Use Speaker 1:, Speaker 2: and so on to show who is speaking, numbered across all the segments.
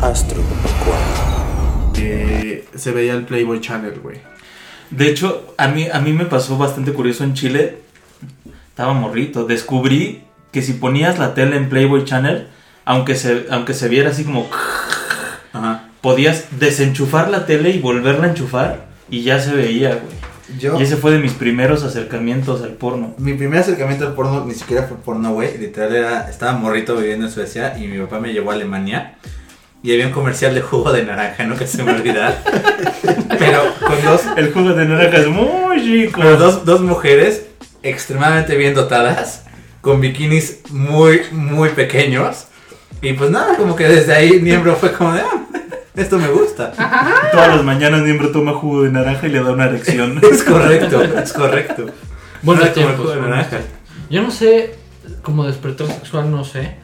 Speaker 1: Astro Cuatro.
Speaker 2: que se veía el Playboy Channel, güey.
Speaker 3: De hecho, a mí, a mí me pasó bastante curioso en Chile. Estaba morrito. Descubrí que si ponías la tele en Playboy Channel, aunque se, aunque se viera así como...
Speaker 2: Ajá.
Speaker 3: Podías desenchufar la tele y volverla a enchufar y ya se veía, güey.
Speaker 1: Yo,
Speaker 3: Y ese fue de mis primeros acercamientos al porno.
Speaker 1: mi primer acercamiento al porno ni siquiera fue porno, güey. Literal era, estaba morrito viviendo en Suecia y mi papá me llevó a Alemania. Y había un comercial de jugo de naranja, nunca se me olvida. Pero con dos,
Speaker 3: El jugo de naranja es muy rico.
Speaker 1: Pero dos, dos mujeres extremadamente bien dotadas, con bikinis muy, muy pequeños. Y pues nada, como que desde ahí Niembro fue como de, "Ah, esto me gusta.
Speaker 3: Todas las mañanas Niembro toma jugo de naranja y le da una erección.
Speaker 1: Es correcto, es correcto.
Speaker 4: Buenos
Speaker 1: Era como el
Speaker 4: tiempos,
Speaker 1: jugo de
Speaker 4: buenos
Speaker 1: naranja.
Speaker 4: Yo no sé, como despertar sexual, no sé.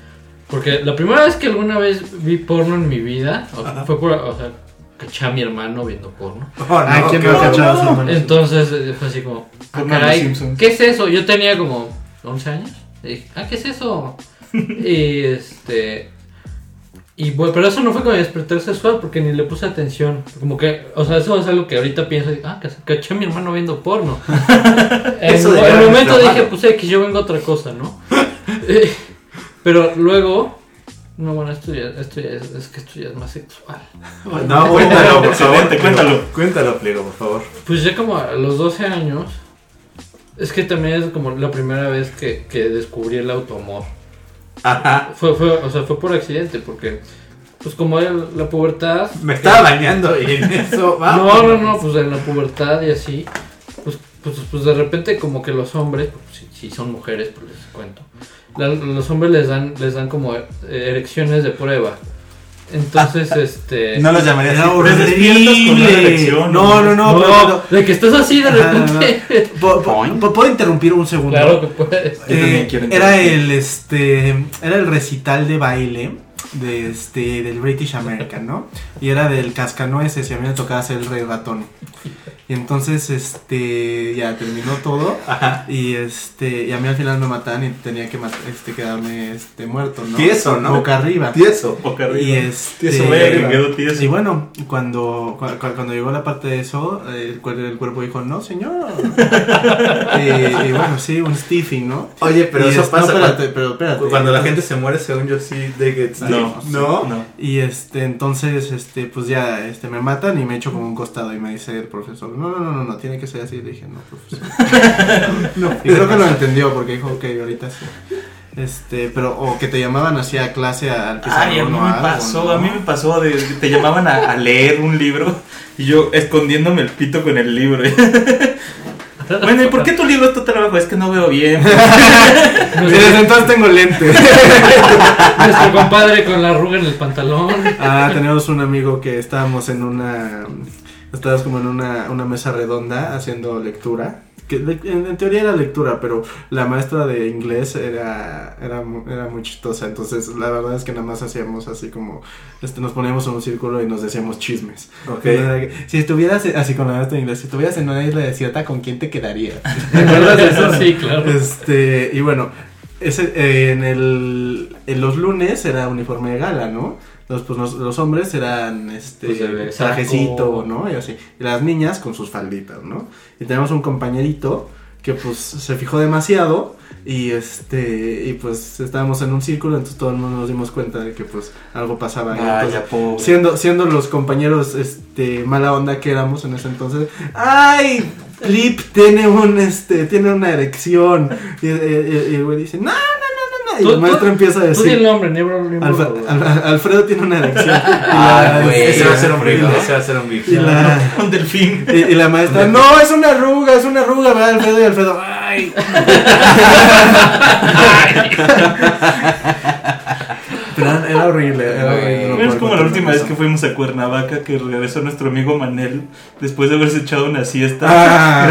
Speaker 4: Porque la primera vez que alguna vez vi porno en mi vida o- fue por. O sea, caché a mi hermano viendo porno.
Speaker 1: Oh, no,
Speaker 2: Ah, ¿quién
Speaker 1: qué
Speaker 2: no ha
Speaker 1: horror.
Speaker 2: cachado a su hermano?
Speaker 4: Entonces eh, fue así como. ah,
Speaker 3: Porno de los
Speaker 4: caray,
Speaker 3: Simpsons.
Speaker 4: ¿qué es eso? Yo tenía como 11 años. Y dije, ah, ¿qué es eso? y este. Y bueno, pero eso no fue como despertar sexual porque ni le puse atención. Como que, o sea, eso es algo que ahorita pienso. y, Ah, caché- caché a mi hermano viendo porno. en
Speaker 1: Eso
Speaker 4: en
Speaker 1: de
Speaker 4: el
Speaker 1: ver
Speaker 4: momento
Speaker 1: nuestro
Speaker 4: dije,
Speaker 1: hermano.
Speaker 4: pues que yo vengo a otra cosa, ¿no? Eh, pero luego. No, bueno, esto ya, esto ya es, es que esto ya es más sexual.
Speaker 1: Pues No, cuéntalo, por favor.
Speaker 3: Excelente, cuéntalo.
Speaker 1: Cuéntalo, pliego, por favor.
Speaker 4: Pues ya como a los 12 años, es que también es como la primera vez que, que descubrí el autoamor.
Speaker 1: Ajá.
Speaker 4: Fue, fue, o sea, fue por accidente, porque pues como era la pubertad...
Speaker 1: Me estaba bañando y en eso
Speaker 2: Ah,
Speaker 1: va.
Speaker 4: No, no, no, pues en la pubertad y así, pues, pues, pues de repente como que los hombres, pues, si, si son mujeres, pues les cuento, la- los hombres les dan, les dan como eh, erecciones de prueba. Entonces, este...
Speaker 1: No los llamaría así.
Speaker 2: Era
Speaker 1: pero-
Speaker 3: horrible. despiertas con una erección,
Speaker 2: No, no, no,
Speaker 4: No,
Speaker 2: pero- pero-
Speaker 4: de que estás así de
Speaker 2: Ajá,
Speaker 4: repente.
Speaker 2: ¿Puedo- ¿Puedo puedo interrumpir un segundo?
Speaker 4: Claro que puedes.
Speaker 3: Yo también quiero
Speaker 2: Eh, era
Speaker 3: interrumpir.
Speaker 2: el este era el recital de baile de este del British American, ¿no? Y era del cascanueces y a mí me tocaba ser el rey ratón. Y entonces este ya terminó todo
Speaker 1: Ajá.
Speaker 2: y este y a mí al final me matan y tenía que mat- este quedarme este muerto, ¿no?
Speaker 1: Tieso, ¿no?
Speaker 2: Boca arriba.
Speaker 1: Tieso.
Speaker 3: Boca
Speaker 2: Y
Speaker 3: arriba.
Speaker 2: este
Speaker 1: Tieso,
Speaker 3: Vaya que
Speaker 1: arriba.
Speaker 3: quedó tieso.
Speaker 2: y bueno, cuando, cu- cu- cuando llegó la parte de eso, el, cuer- el cuerpo dijo, no, señor. y, y bueno, sí, un stiffy, ¿no?
Speaker 1: Oye, pero
Speaker 2: Y
Speaker 1: eso
Speaker 2: es- no,
Speaker 1: pasa
Speaker 2: espérate, pero espérate.
Speaker 1: cuando, cuando la gente se muere, según yo, sí, they get sick.
Speaker 3: No.
Speaker 1: no.
Speaker 3: No.
Speaker 2: Y este, entonces, este, pues ya, este, me matan y me echo como un costado y me dice el profesor, no, no, no, no, no tiene que ser así. Le dije, no, profesor. no, y creo que lo entendió porque dijo, ok, ahorita sí. Este, pero, o que te llamaban así a clase al que
Speaker 3: Ay, a mí
Speaker 2: uno
Speaker 3: me
Speaker 2: algo,
Speaker 3: pasó,
Speaker 2: ¿no?
Speaker 3: a mí me pasó de que te llamaban a, a leer un libro y yo escondiéndome el pito con el libro. bueno, ¿y por qué tu libro está tan abajo? Es que no veo bien.
Speaker 2: Y desde entonces tengo lentes.
Speaker 4: Nuestro compadre con la arruga en el pantalón.
Speaker 2: Ah, teníamos un amigo que estábamos en una. Estábamos como en una, una mesa redonda haciendo lectura. Que de- en, en teoría era lectura, pero la maestra de inglés era, era, mu- era muy chistosa. Entonces, la verdad es que nada más hacíamos así como. Este, nos poníamos en un círculo y nos decíamos chismes.
Speaker 1: Ok.
Speaker 2: Era que, Si estuvieras en- así con la maestra de inglés, si estuvieras en una isla desierta, ¿con quién te quedarías? ¿Te acuerdas de eso?
Speaker 4: Sí, claro.
Speaker 2: Este, y bueno, ese, eh, en, el, en los lunes era uniforme de gala, ¿no? Los, pues, los, los hombres eran este
Speaker 4: Pues, de saco.
Speaker 2: trajecito, ¿no? Y así. Y las niñas con sus falditas, ¿no? Y tenemos un compañerito que pues se fijó demasiado y este y pues estábamos en un círculo, entonces todo el mundo nos dimos cuenta de que pues algo pasaba.
Speaker 4: Ah,
Speaker 2: ahí. Entonces,
Speaker 3: Vaya, pobre.
Speaker 2: siendo, siendo los compañeros este mala onda que éramos en ese entonces. ¡Ay! Flip tiene un este tiene una erección. Y, y- y- y el güey dice, no, no, no, no, no. Y
Speaker 4: Tú-
Speaker 2: el maestro
Speaker 4: tú-
Speaker 2: empieza a
Speaker 4: Tú di el
Speaker 2: decir.
Speaker 4: nombre, Nebro. Nebro-
Speaker 2: "Alfa- Al- Alfredo tiene una erección. Y la-
Speaker 1: Ay, güey. Ese va a ser un
Speaker 2: y
Speaker 1: big,
Speaker 2: la-
Speaker 1: ese va a ser un big.
Speaker 2: Y la,
Speaker 3: un delfín.
Speaker 2: y, y la maestra, no, es una arruga, es una arruga, ¿verdad, Alfredo? Y Alfredo, ay. Pero era- era horrible, era horrible.
Speaker 3: Es como la última vez que fuimos a Cuernavaca que regresó nuestro amigo Manel después de haberse echado una siesta.
Speaker 2: Ah.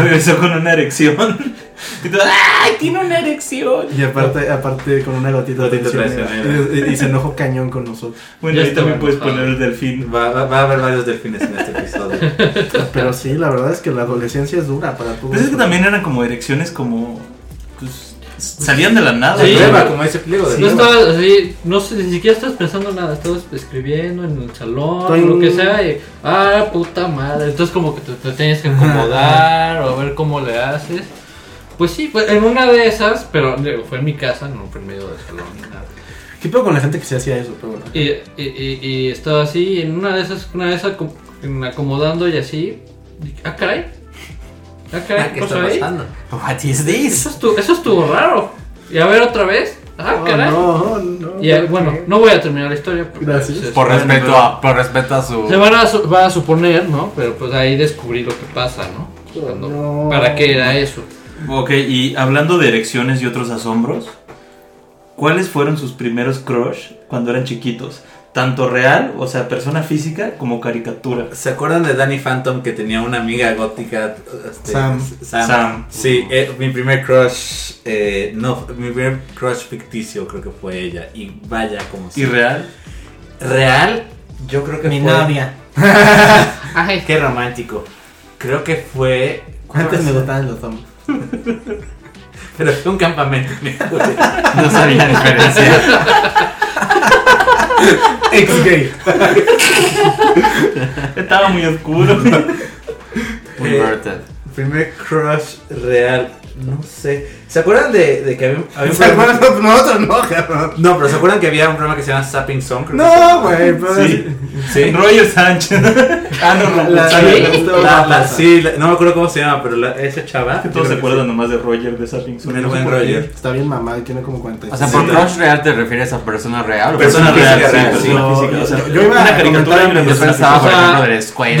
Speaker 3: y Regresó con una erección. Y todo, ¡Ay, tiene una erección!
Speaker 2: Y aparte, aparte con una gotita de
Speaker 1: Gotita
Speaker 2: tensión,
Speaker 1: traicionera.
Speaker 2: y, y se enojó cañón con nosotros.
Speaker 3: Bueno,
Speaker 4: Ya
Speaker 3: ahí
Speaker 4: está
Speaker 3: también puedes
Speaker 4: enojado.
Speaker 3: poner el delfín.
Speaker 1: Va, va- va a haber varios delfines en este episodio.
Speaker 2: Pero sí, la verdad es que la adolescencia es dura para todos.
Speaker 3: Pues es que también eran como erecciones como. Pues, salían de la nada.
Speaker 4: Sí.
Speaker 3: güey.
Speaker 1: prueba, como dice pliego. de
Speaker 4: No
Speaker 1: prueba.
Speaker 4: estabas así, no sé, ni siquiera estabas pensando nada, estabas escribiendo en el salón,
Speaker 2: Estoy-
Speaker 4: lo que sea, y ah, puta madre. Entonces como que te, te tienes que acomodar o a ver cómo le haces. Pues sí, pues en una de esas, pero digo, fue en mi casa, no fue en medio del salón ni nada.
Speaker 2: ¿Qué pedo con la gente que se hacía eso? Pero bueno.
Speaker 4: Y, y- y- y estaba así, en una de esas, una de esas acom- en acomodando y así. y, ah, caray. Ah, caray,
Speaker 1: Ah,
Speaker 4: ¿qué
Speaker 1: ¿Qué está
Speaker 4: pasó ahí?
Speaker 1: pasando?
Speaker 5: What is this?
Speaker 4: Eso estuvo, eso estuvo raro. Y a ver otra vez. Ah,
Speaker 2: Oh,
Speaker 4: caray.
Speaker 2: no, no.
Speaker 4: Y eh, bueno, no voy a terminar la historia. porque,
Speaker 2: Gracias.
Speaker 4: pues, es-
Speaker 5: Por respeto a, por respeto a
Speaker 4: Se
Speaker 5: su.
Speaker 4: van a, su- van a suponer, ¿no? Pero pues ahí descubrí lo que pasa, ¿no? Cuando-
Speaker 2: Oh, No.
Speaker 4: ¿Para qué era eso?
Speaker 3: Ok, y hablando de erecciones y otros asombros, ¿cuáles fueron sus primeros crush cuando eran chiquitos? Tanto real, o sea, persona física, como caricatura.
Speaker 1: ¿Se acuerdan de Danny Phantom que tenía una amiga gótica? este,
Speaker 2: Sam.
Speaker 1: Sam.
Speaker 3: Sam.
Speaker 1: Sí, eh, mi primer crush, eh, no, mi primer crush ficticio creo que fue ella. Y vaya como si...
Speaker 3: ¿Y real?
Speaker 1: Real, yo creo que
Speaker 5: Mi
Speaker 1: fue...
Speaker 5: novia.
Speaker 4: Ay,
Speaker 1: Qué romántico. Creo que fue... ¿cuál
Speaker 2: Antes
Speaker 1: fue?
Speaker 2: me gustaban los hombres.
Speaker 1: Pero fue un campamento. me acuerdo.
Speaker 3: No sabía la diferencia.
Speaker 2: Ex gay.
Speaker 3: Estaba muy oscuro. Eh,
Speaker 5: Inverted.
Speaker 1: Eh, primer crush real, no sé. ¿Se acuerdan de, de que había, había un
Speaker 2: ¿Se
Speaker 1: programa-
Speaker 2: acuerdan? No, Nosotros no, cabrón.
Speaker 1: No, pero ¿se acuerdan que había un programa que se llama Sapping Song? Creo que
Speaker 2: No, güey, pero
Speaker 3: Sí.
Speaker 1: Sí.
Speaker 3: Roger Sánchez. Ah, no, no.
Speaker 2: La-
Speaker 3: Sánchez.
Speaker 2: ¿Sí?
Speaker 1: La- la- sí, la- no me acuerdo cómo se llama, pero la- esa chava.
Speaker 3: Que todos se acuerdan nomás de Roger, de esa
Speaker 1: Sí, el buen Roger.
Speaker 2: Está bien mamado y tiene como 45.
Speaker 5: O sea, por
Speaker 1: Sí.
Speaker 5: crush real te refieres a persona real. o
Speaker 1: Persona
Speaker 3: Persona real,
Speaker 1: física,
Speaker 3: sí, persona
Speaker 1: real,
Speaker 2: sí.
Speaker 3: física. O sea,
Speaker 2: Yo- yo iba a
Speaker 3: una caricatura y
Speaker 2: comentar
Speaker 3: una
Speaker 2: en
Speaker 5: Yo
Speaker 3: persona
Speaker 5: pensaba,
Speaker 3: física.
Speaker 5: por
Speaker 4: o sea,
Speaker 5: ejemplo, de la
Speaker 2: Yo,
Speaker 5: escuela.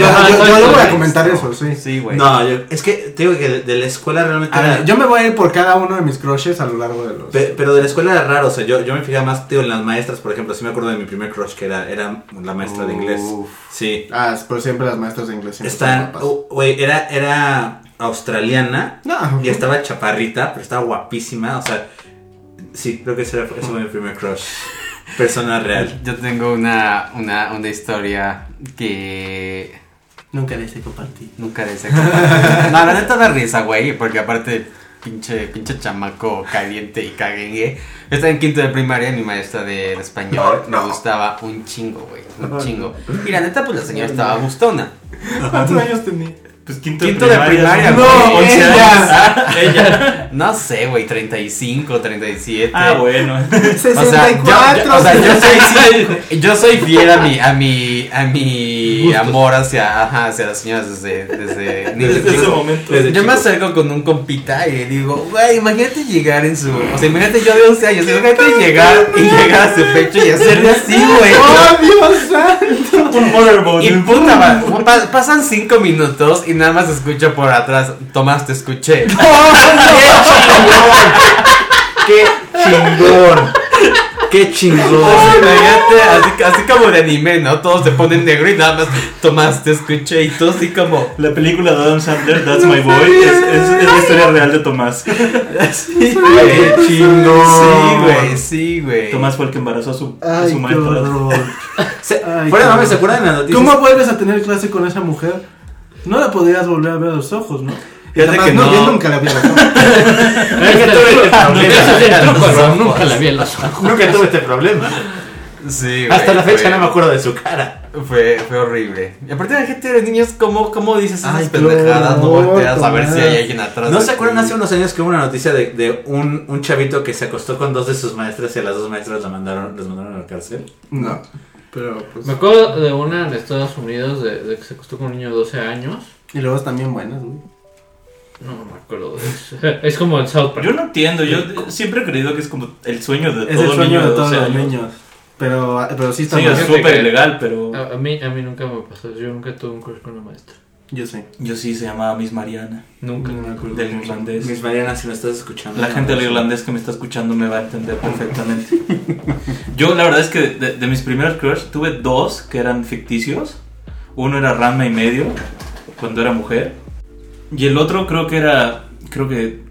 Speaker 2: yo, yo no voy a
Speaker 4: Sí.
Speaker 2: comentar eso, sí.
Speaker 5: Sí, güey.
Speaker 1: No, yo, es que te digo que de, de la escuela realmente
Speaker 2: A
Speaker 1: era.
Speaker 2: ver, yo me voy a ir por cada uno de mis crushes a lo largo de los.
Speaker 1: pe- pero de la escuela era raro, o sea, yo, yo me fijaba más, tío, en las maestras, por ejemplo, sí me acuerdo de mi primer crush que era, era la maestra de inglés.
Speaker 5: Uf.
Speaker 1: Sí.
Speaker 2: Ah, pero siempre las maestras de inglés. siempre son
Speaker 1: Está,
Speaker 2: guapas.
Speaker 1: oh, güey, era, era australiana
Speaker 2: No,
Speaker 1: y estaba chaparrita, pero estaba guapísima, o sea, sí, creo que ese, era, ese fue mi primer crush. Persona real.
Speaker 5: Yo tengo una, una, una historia que
Speaker 2: nunca les he compartido.
Speaker 5: nunca deseo. compartir. no, la neta da risa, güey, porque aparte pinche, pinche chamaco caliente y caguengue. Yo estaba en quinto de primaria y mi maestra de, de español me gustaba un chingo, güey, un chingo. Y la neta, pues la señora estaba gustona.
Speaker 2: ¿Cuántos años tenía?
Speaker 3: Pues quinto,
Speaker 5: Quinto de primaria,
Speaker 3: ¿no?
Speaker 5: güey.
Speaker 3: 11
Speaker 5: Ella.
Speaker 3: años. Ah, ella.
Speaker 5: No sé, güey, 35, 37.
Speaker 3: Ah, bueno.
Speaker 5: O sea, yo,
Speaker 2: 64.
Speaker 5: yo- o sea, yo soy, yo soy fiel a mi, a mi, a mi
Speaker 4: Gustos.
Speaker 5: amor hacia, ajá, hacia las señoras desde, desde, niño.
Speaker 3: Desde ese
Speaker 5: Entonces,
Speaker 3: momento.
Speaker 1: desde
Speaker 5: yo me
Speaker 1: chico.
Speaker 5: acerco con un compita y le digo, güey, imagínate llegar en su, o sea, imagínate yo de 11 años, imagínate llegar y llegar a su pecho y hacerle así, güey.
Speaker 2: ¡Oh, Dios santo!
Speaker 3: Un motorboat.
Speaker 5: Y puta, va- pa- pasan cinco minutos y nada más escucho por atrás, Tomás, te escuché.
Speaker 1: ¡Qué chingón! ¡Qué chingón!
Speaker 5: Imagínate, así, así como de anime, ¿no? Todos se ponen negro y nada más Tomás te escuché y todo así como.
Speaker 3: La película de Adam Sandler, That's My Boy, es, es, es la historia real de Tomás.
Speaker 5: Sí,
Speaker 1: ¡Qué
Speaker 5: güey.
Speaker 1: chingón!
Speaker 5: Sí, güey, sí, güey.
Speaker 3: Tomás fue el que embarazó a su, a
Speaker 2: Ay,
Speaker 3: su
Speaker 2: qué
Speaker 3: maestra.
Speaker 2: horror.
Speaker 1: Se-
Speaker 2: Ay,
Speaker 1: fuera de mame,
Speaker 2: cabrón.
Speaker 1: ¿se acuerdan de las noticias?
Speaker 2: ¿Cómo vuelves a tener clase con esa mujer? No la podrías volver a ver a los ojos, ¿no?
Speaker 5: Fíjate
Speaker 2: Además,
Speaker 5: que no.
Speaker 2: yo nunca la vi a los ojos.
Speaker 4: ese es el truco, ese es el truco,
Speaker 5: Los
Speaker 4: hermano,
Speaker 5: ojos.
Speaker 4: nunca la vi en los ojos.
Speaker 1: Nunca tuve este problema.
Speaker 5: Sí, güey.
Speaker 1: Hasta la fecha
Speaker 5: fue-
Speaker 1: no me acuerdo de su cara.
Speaker 5: Fue, fue horrible. Y aparte de la gente de los niños, ¿cómo, cómo dices esas
Speaker 2: Ay,
Speaker 5: pendejadas? No
Speaker 2: Flor,
Speaker 5: volteas a ver si
Speaker 2: Tomás.
Speaker 5: hay alguien atrás.
Speaker 1: ¿No
Speaker 5: de
Speaker 1: se acuerdan
Speaker 5: ti.
Speaker 1: hace unos años que hubo una noticia de, de un, un chavito que se acostó con dos de sus maestras y a las dos maestras la mandaron, las mandaron a la cárcel?
Speaker 2: No. Pero pues.
Speaker 4: Me acuerdo de una en Estados Unidos de, de que se acostó con un niño de 12 años.
Speaker 2: Y luego están bien buenas, güey.
Speaker 4: No me acuerdo de eso. Es como el South Park.
Speaker 3: Yo no entiendo, yo siempre he creído que es como el sueño de
Speaker 2: Es
Speaker 3: todo
Speaker 2: el sueño
Speaker 3: niño
Speaker 2: de todos
Speaker 3: 12
Speaker 2: los
Speaker 3: años.
Speaker 2: niños. Pero, pero sí están
Speaker 3: Sí,
Speaker 2: buenas.
Speaker 3: es súper ilegal, pero
Speaker 2: Ah.
Speaker 4: A, a mí, a mí nunca me pasó. Yo nunca tuve un crush con una maestra.
Speaker 2: Yo sé.
Speaker 3: yo sí se llamaba Miss Mariana,
Speaker 4: Nunca.
Speaker 2: No me acuerdo.
Speaker 3: del irlandés.
Speaker 1: Mis Mariana, si me estás escuchando.
Speaker 3: La
Speaker 1: no,
Speaker 3: gente
Speaker 1: no
Speaker 3: del
Speaker 1: sé.
Speaker 3: irlandés que me está escuchando me va a entender perfectamente. Yo la verdad es que de, de mis primeros crush tuve dos que eran ficticios. Uno era Rama y medio, cuando era mujer. Y el otro creo que era, creo que,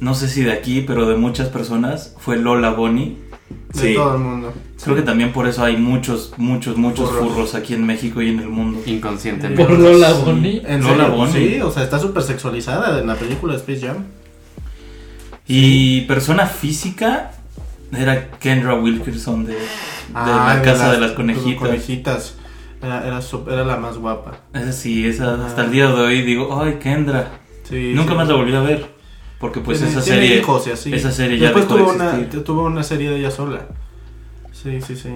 Speaker 3: no sé si de aquí, pero de muchas personas, fue Lola Bonnie.
Speaker 2: De
Speaker 1: Sí.
Speaker 2: todo el mundo.
Speaker 3: Creo que también por eso hay muchos, muchos, muchos
Speaker 2: Furros.
Speaker 3: furros, aquí en México y en el mundo.
Speaker 5: Inconscientemente.
Speaker 4: Por Lola Bonnie.
Speaker 2: ¿En
Speaker 3: Lola
Speaker 2: serio?
Speaker 3: Bonnie.
Speaker 2: Sí, o sea, está súper sexualizada en la película Space Jam.
Speaker 3: Y persona física era Kendra Wilkerson de, de
Speaker 2: Ah,
Speaker 3: la Casa de las,
Speaker 2: Las
Speaker 3: Conejitas.
Speaker 2: conejitas. Era, era, sup- era la más guapa.
Speaker 3: Esa sí, esa hasta el día de hoy digo, ay, Kendra.
Speaker 2: Sí,
Speaker 3: Nunca
Speaker 2: sí.
Speaker 3: más la volví a ver. Porque pues
Speaker 2: Tiene-
Speaker 3: esa
Speaker 2: tiene
Speaker 3: serie.
Speaker 2: hijos y así.
Speaker 3: Esa serie
Speaker 2: Después
Speaker 3: ya dejó
Speaker 2: tuvo
Speaker 3: de
Speaker 2: una,
Speaker 3: existir.
Speaker 2: tuvo una serie de ella sola. Sí, sí, sí.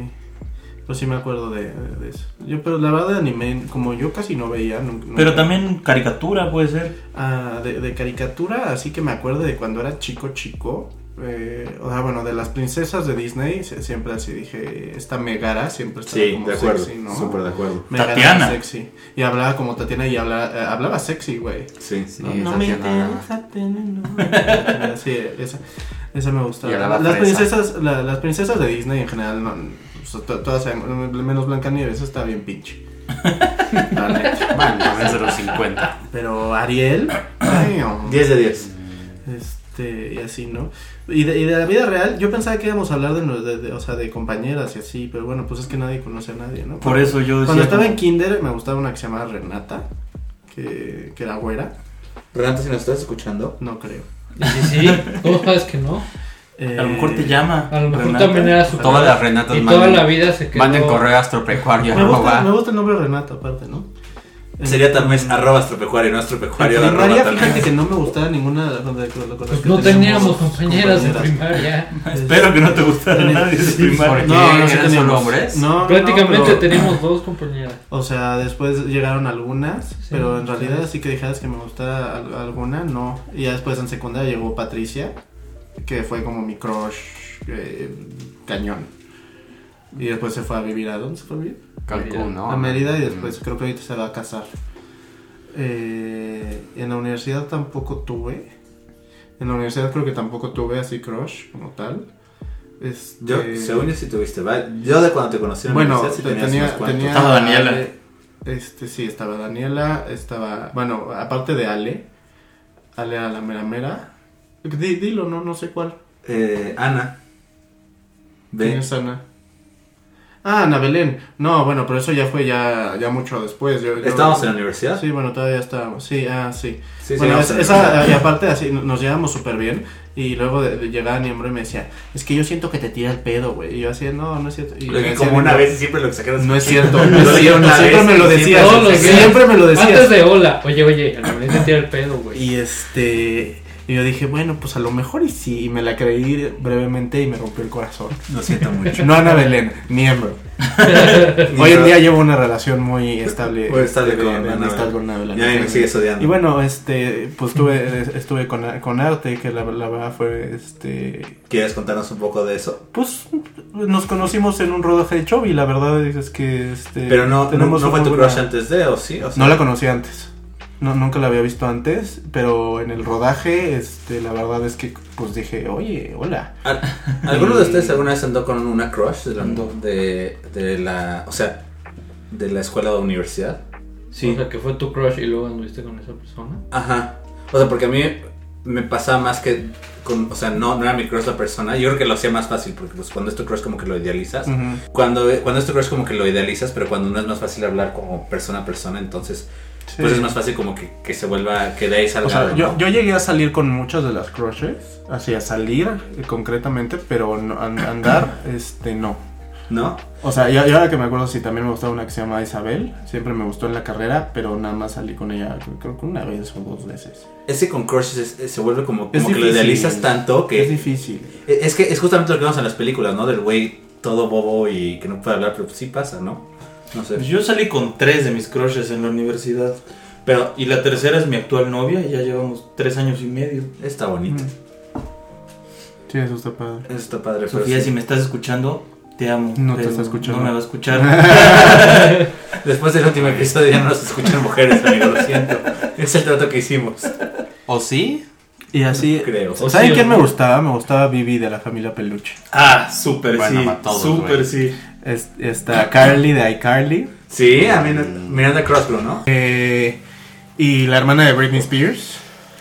Speaker 2: Pues sí me acuerdo de, de- de eso. Yo, pero la verdad de anime, como yo casi no veía. nun- nunca-
Speaker 3: Pero también caricatura puede ser.
Speaker 2: Ah, de, de caricatura, así que me acuerdo de cuando era chico, chico. eh, o sea, bueno, de las princesas de Disney, se- siempre así dije, esta Megara siempre estaba
Speaker 1: Sí,
Speaker 2: como
Speaker 1: de acuerdo.
Speaker 2: sexy, ¿no?
Speaker 1: Súper de acuerdo.
Speaker 2: Megara
Speaker 3: Tatiana.
Speaker 2: sexy. Y hablaba como Tatiana y hablaba, eh, hablaba sexy, güey.
Speaker 1: Sí, sí.
Speaker 5: No, no me interesa
Speaker 2: tener novio. Sí, esa, esa me
Speaker 5: Y
Speaker 2: gustaba.
Speaker 5: ahora la
Speaker 2: las,
Speaker 5: fresa.
Speaker 2: princesas, la- las princesas de Disney en general, no, pues, to- todas, sabemos, menos Blancanieves, esa está bien pinche. La neta.
Speaker 5: Bueno, a veces los 50.
Speaker 2: Pero Ariel, ay, oh.
Speaker 1: 10 de 10.
Speaker 2: este, y así, ¿no? Y de, y de la vida real, yo pensaba que íbamos a hablar de, nos- de- de- o sea, de compañeras y así, pero bueno, pues es que nadie conoce a nadie, ¿no?
Speaker 3: Por eso yo decía.
Speaker 2: Cuando estaba en
Speaker 3: como-
Speaker 2: kinder me gustaba una que se llamaba Renata, que, que era güera,
Speaker 1: Renata, si nos estás escuchando,
Speaker 2: no creo.
Speaker 4: Y sí, sí, ¿cómo sabes que no?
Speaker 3: A lo mejor te llama.
Speaker 4: A lo mejor
Speaker 3: Renata.
Speaker 4: también era su
Speaker 5: Todas las Renatas
Speaker 4: Y
Speaker 5: mandan-
Speaker 4: toda la vida se quedó.
Speaker 5: Manden correo a astropecuario.
Speaker 2: Me gusta, me
Speaker 5: arroba.
Speaker 2: gusta el nombre Renata, aparte, ¿no?
Speaker 1: sería también es arroba estropecuario, no estropecuario,
Speaker 2: En
Speaker 1: arroba
Speaker 2: primaria, fíjate
Speaker 1: también.
Speaker 2: que no me gustaba ninguna de las con- con- con las
Speaker 4: Pues
Speaker 2: que
Speaker 4: no teníamos
Speaker 2: teníamos
Speaker 4: compañeras de primaria.
Speaker 3: Espero que no te gustara a nadie de
Speaker 2: Sí,
Speaker 3: primaria.
Speaker 5: porque-
Speaker 2: No, no sí
Speaker 5: ¿Eran solo
Speaker 2: teníamos.
Speaker 5: hombres?
Speaker 2: No, no,
Speaker 4: Prácticamente
Speaker 2: pero-
Speaker 4: teníamos dos compañeras.
Speaker 2: O sea, después llegaron algunas, pero en
Speaker 4: sí.
Speaker 2: realidad sí que dijeras que me gustaba al- alguna, no. Y ya después en secundaria llegó Patricia, que fue como mi crush eh, cañón. Y después se fue a vivir a dónde se fue a vivir?
Speaker 5: Cancún, ¿no?
Speaker 2: a Mérida y después creo que ahorita se va a casar. Eh, en la universidad tampoco tuve. En la universidad creo que tampoco tuve así crush como tal. Este,
Speaker 1: Yo, según yo sí tuviste, ¿vale? Yo de cuando te conocí en la
Speaker 2: bueno,
Speaker 1: universidad sí
Speaker 2: te-
Speaker 1: tenías unos
Speaker 2: tenía,
Speaker 1: cuantos.
Speaker 2: tenía-
Speaker 3: Estaba Daniela.
Speaker 2: eh, Este sí, estaba Daniela, estaba, bueno, aparte de Ale, Ale era la mera mera. Di- dilo, no, no sé cuál.
Speaker 1: Eh, Ana.
Speaker 2: ¿Quién
Speaker 1: Ve.
Speaker 2: es Ana? Ah, Ana Belén. No, bueno, pero eso ya fue ya, ya mucho después. Yo, yo-
Speaker 1: ¿Estábamos en la universidad?
Speaker 2: Sí, bueno, todavía estábamos. Sí, ah, sí.
Speaker 1: Sí, sí,
Speaker 2: bueno,
Speaker 1: vamos
Speaker 2: es-
Speaker 1: a la
Speaker 2: esa,
Speaker 1: universidad.
Speaker 2: y aparte así no- nos llevamos súper bien. Y luego de- de- llegaba mi hombre y me decía, es que yo siento que te tira el pedo, güey. Y yo hacía, no, no es cierto. Y
Speaker 1: Lo
Speaker 2: me
Speaker 1: que
Speaker 2: decía,
Speaker 1: como una
Speaker 2: "No".
Speaker 1: vez y siempre lo exageras.
Speaker 2: No es cierto.
Speaker 1: Lo
Speaker 2: No es
Speaker 1: digo
Speaker 2: cierto.
Speaker 1: una
Speaker 2: Siempre
Speaker 1: vez
Speaker 2: me lo
Speaker 1: y
Speaker 2: decías.
Speaker 4: Todos los días.
Speaker 2: Siempre me lo
Speaker 4: Antes
Speaker 2: decías.
Speaker 4: de hola. Oye, oye, a la vez tira el pedo, güey.
Speaker 2: Y este. Y yo dije, bueno, pues a lo mejor y sí. Y me la creí brevemente y me rompió el corazón.
Speaker 1: Lo siento mucho.
Speaker 2: No Ana Belén, miembro. Hoy en día llevo una relación muy estable.
Speaker 1: Muy estable con Ana
Speaker 2: amistad
Speaker 1: Belén.
Speaker 2: con Ana Belén.
Speaker 1: Ya me sigues odiando.
Speaker 2: Y bueno, este, pues tuve, estuve con, con arte, que la, la verdad fue, este,
Speaker 1: ¿Quieres contarnos un poco de eso?
Speaker 2: pues nos conocimos en un rodaje de Chovy, la verdad es que, este,
Speaker 1: Pero no, no, no fue
Speaker 2: una
Speaker 1: tu
Speaker 2: buena-
Speaker 1: crush antes de, ¿o sí? O sea,
Speaker 2: No la conocí antes. No, nunca la había visto antes, pero en el rodaje, este, la verdad es que pues dije, oye, hola.
Speaker 1: ¿Al- ¿Alguno de ustedes alguna vez andó con una crush de la, de, de la, o sea, de la escuela o universidad?
Speaker 4: O sea, que fue tu crush y luego anduviste con esa persona.
Speaker 1: Ajá. O sea, porque a mí me pasaba más que, con, o sea, no, no era mi crush la persona. Yo creo que lo hacía más fácil, porque pues cuando es tu crush como que lo idealizas.
Speaker 2: Ujú.
Speaker 1: Cuando, cuando es tu crush como que lo idealizas, pero cuando no es más fácil hablar como persona a persona, entonces
Speaker 2: Sí.
Speaker 1: pues es más fácil como que, que se vuelva, que de ahí salga.
Speaker 2: O sea,
Speaker 1: algo,
Speaker 2: yo,
Speaker 1: ¿no?
Speaker 2: yo llegué a salir con muchas de las crushes, así a salir eh, concretamente, pero no- an- andar, este, no.
Speaker 1: ¿No?
Speaker 2: O sea, y, y ahora que me acuerdo, sí, también me gustaba una que se llama Isabel, siempre me gustó en la carrera, pero nada más salí con ella, creo- creo que una vez o dos veces.
Speaker 1: Ese con crushes es- es- se vuelve como, como
Speaker 2: Es
Speaker 1: que lo
Speaker 2: difícil.
Speaker 1: idealizas tanto que e,
Speaker 2: Es difícil.
Speaker 1: Es que es justamente lo que vemos en las películas, ¿no? Del güey todo bobo y que no puede hablar, pero pues sí pasa, ¿no? No sé.
Speaker 3: Yo salí con tres de mis crushes en la universidad.
Speaker 1: Pero
Speaker 3: Y la tercera es mi actual novia, y ya llevamos tres años y medio.
Speaker 1: está bonito.
Speaker 2: Mm. Sí, eso está padre.
Speaker 1: Eso está padre. pero
Speaker 3: Sofía,
Speaker 1: sí.
Speaker 3: si me estás escuchando, te amo.
Speaker 2: No te
Speaker 3: pero
Speaker 2: está escuchando.
Speaker 3: No me va a escuchar.
Speaker 1: Después del último episodio ya no nos escuchan mujeres, amigo, lo siento. Es el trato que hicimos,
Speaker 5: ¿O sí?
Speaker 2: Y así,
Speaker 1: creo.
Speaker 4: O
Speaker 2: ¿Saben
Speaker 4: sí,
Speaker 2: quién
Speaker 4: o
Speaker 2: me
Speaker 4: no.
Speaker 2: gustaba? Me gustaba Vivi de la familia Peluche.
Speaker 3: ah, súper
Speaker 5: Bueno,
Speaker 3: sí.
Speaker 5: a todos,
Speaker 3: Súper
Speaker 5: güey.
Speaker 3: sí.
Speaker 2: Es- está Carly de iCarly.
Speaker 1: Sí, a mí no- Miranda Crossblow, ¿no?
Speaker 2: eh, y la hermana de Britney Spears,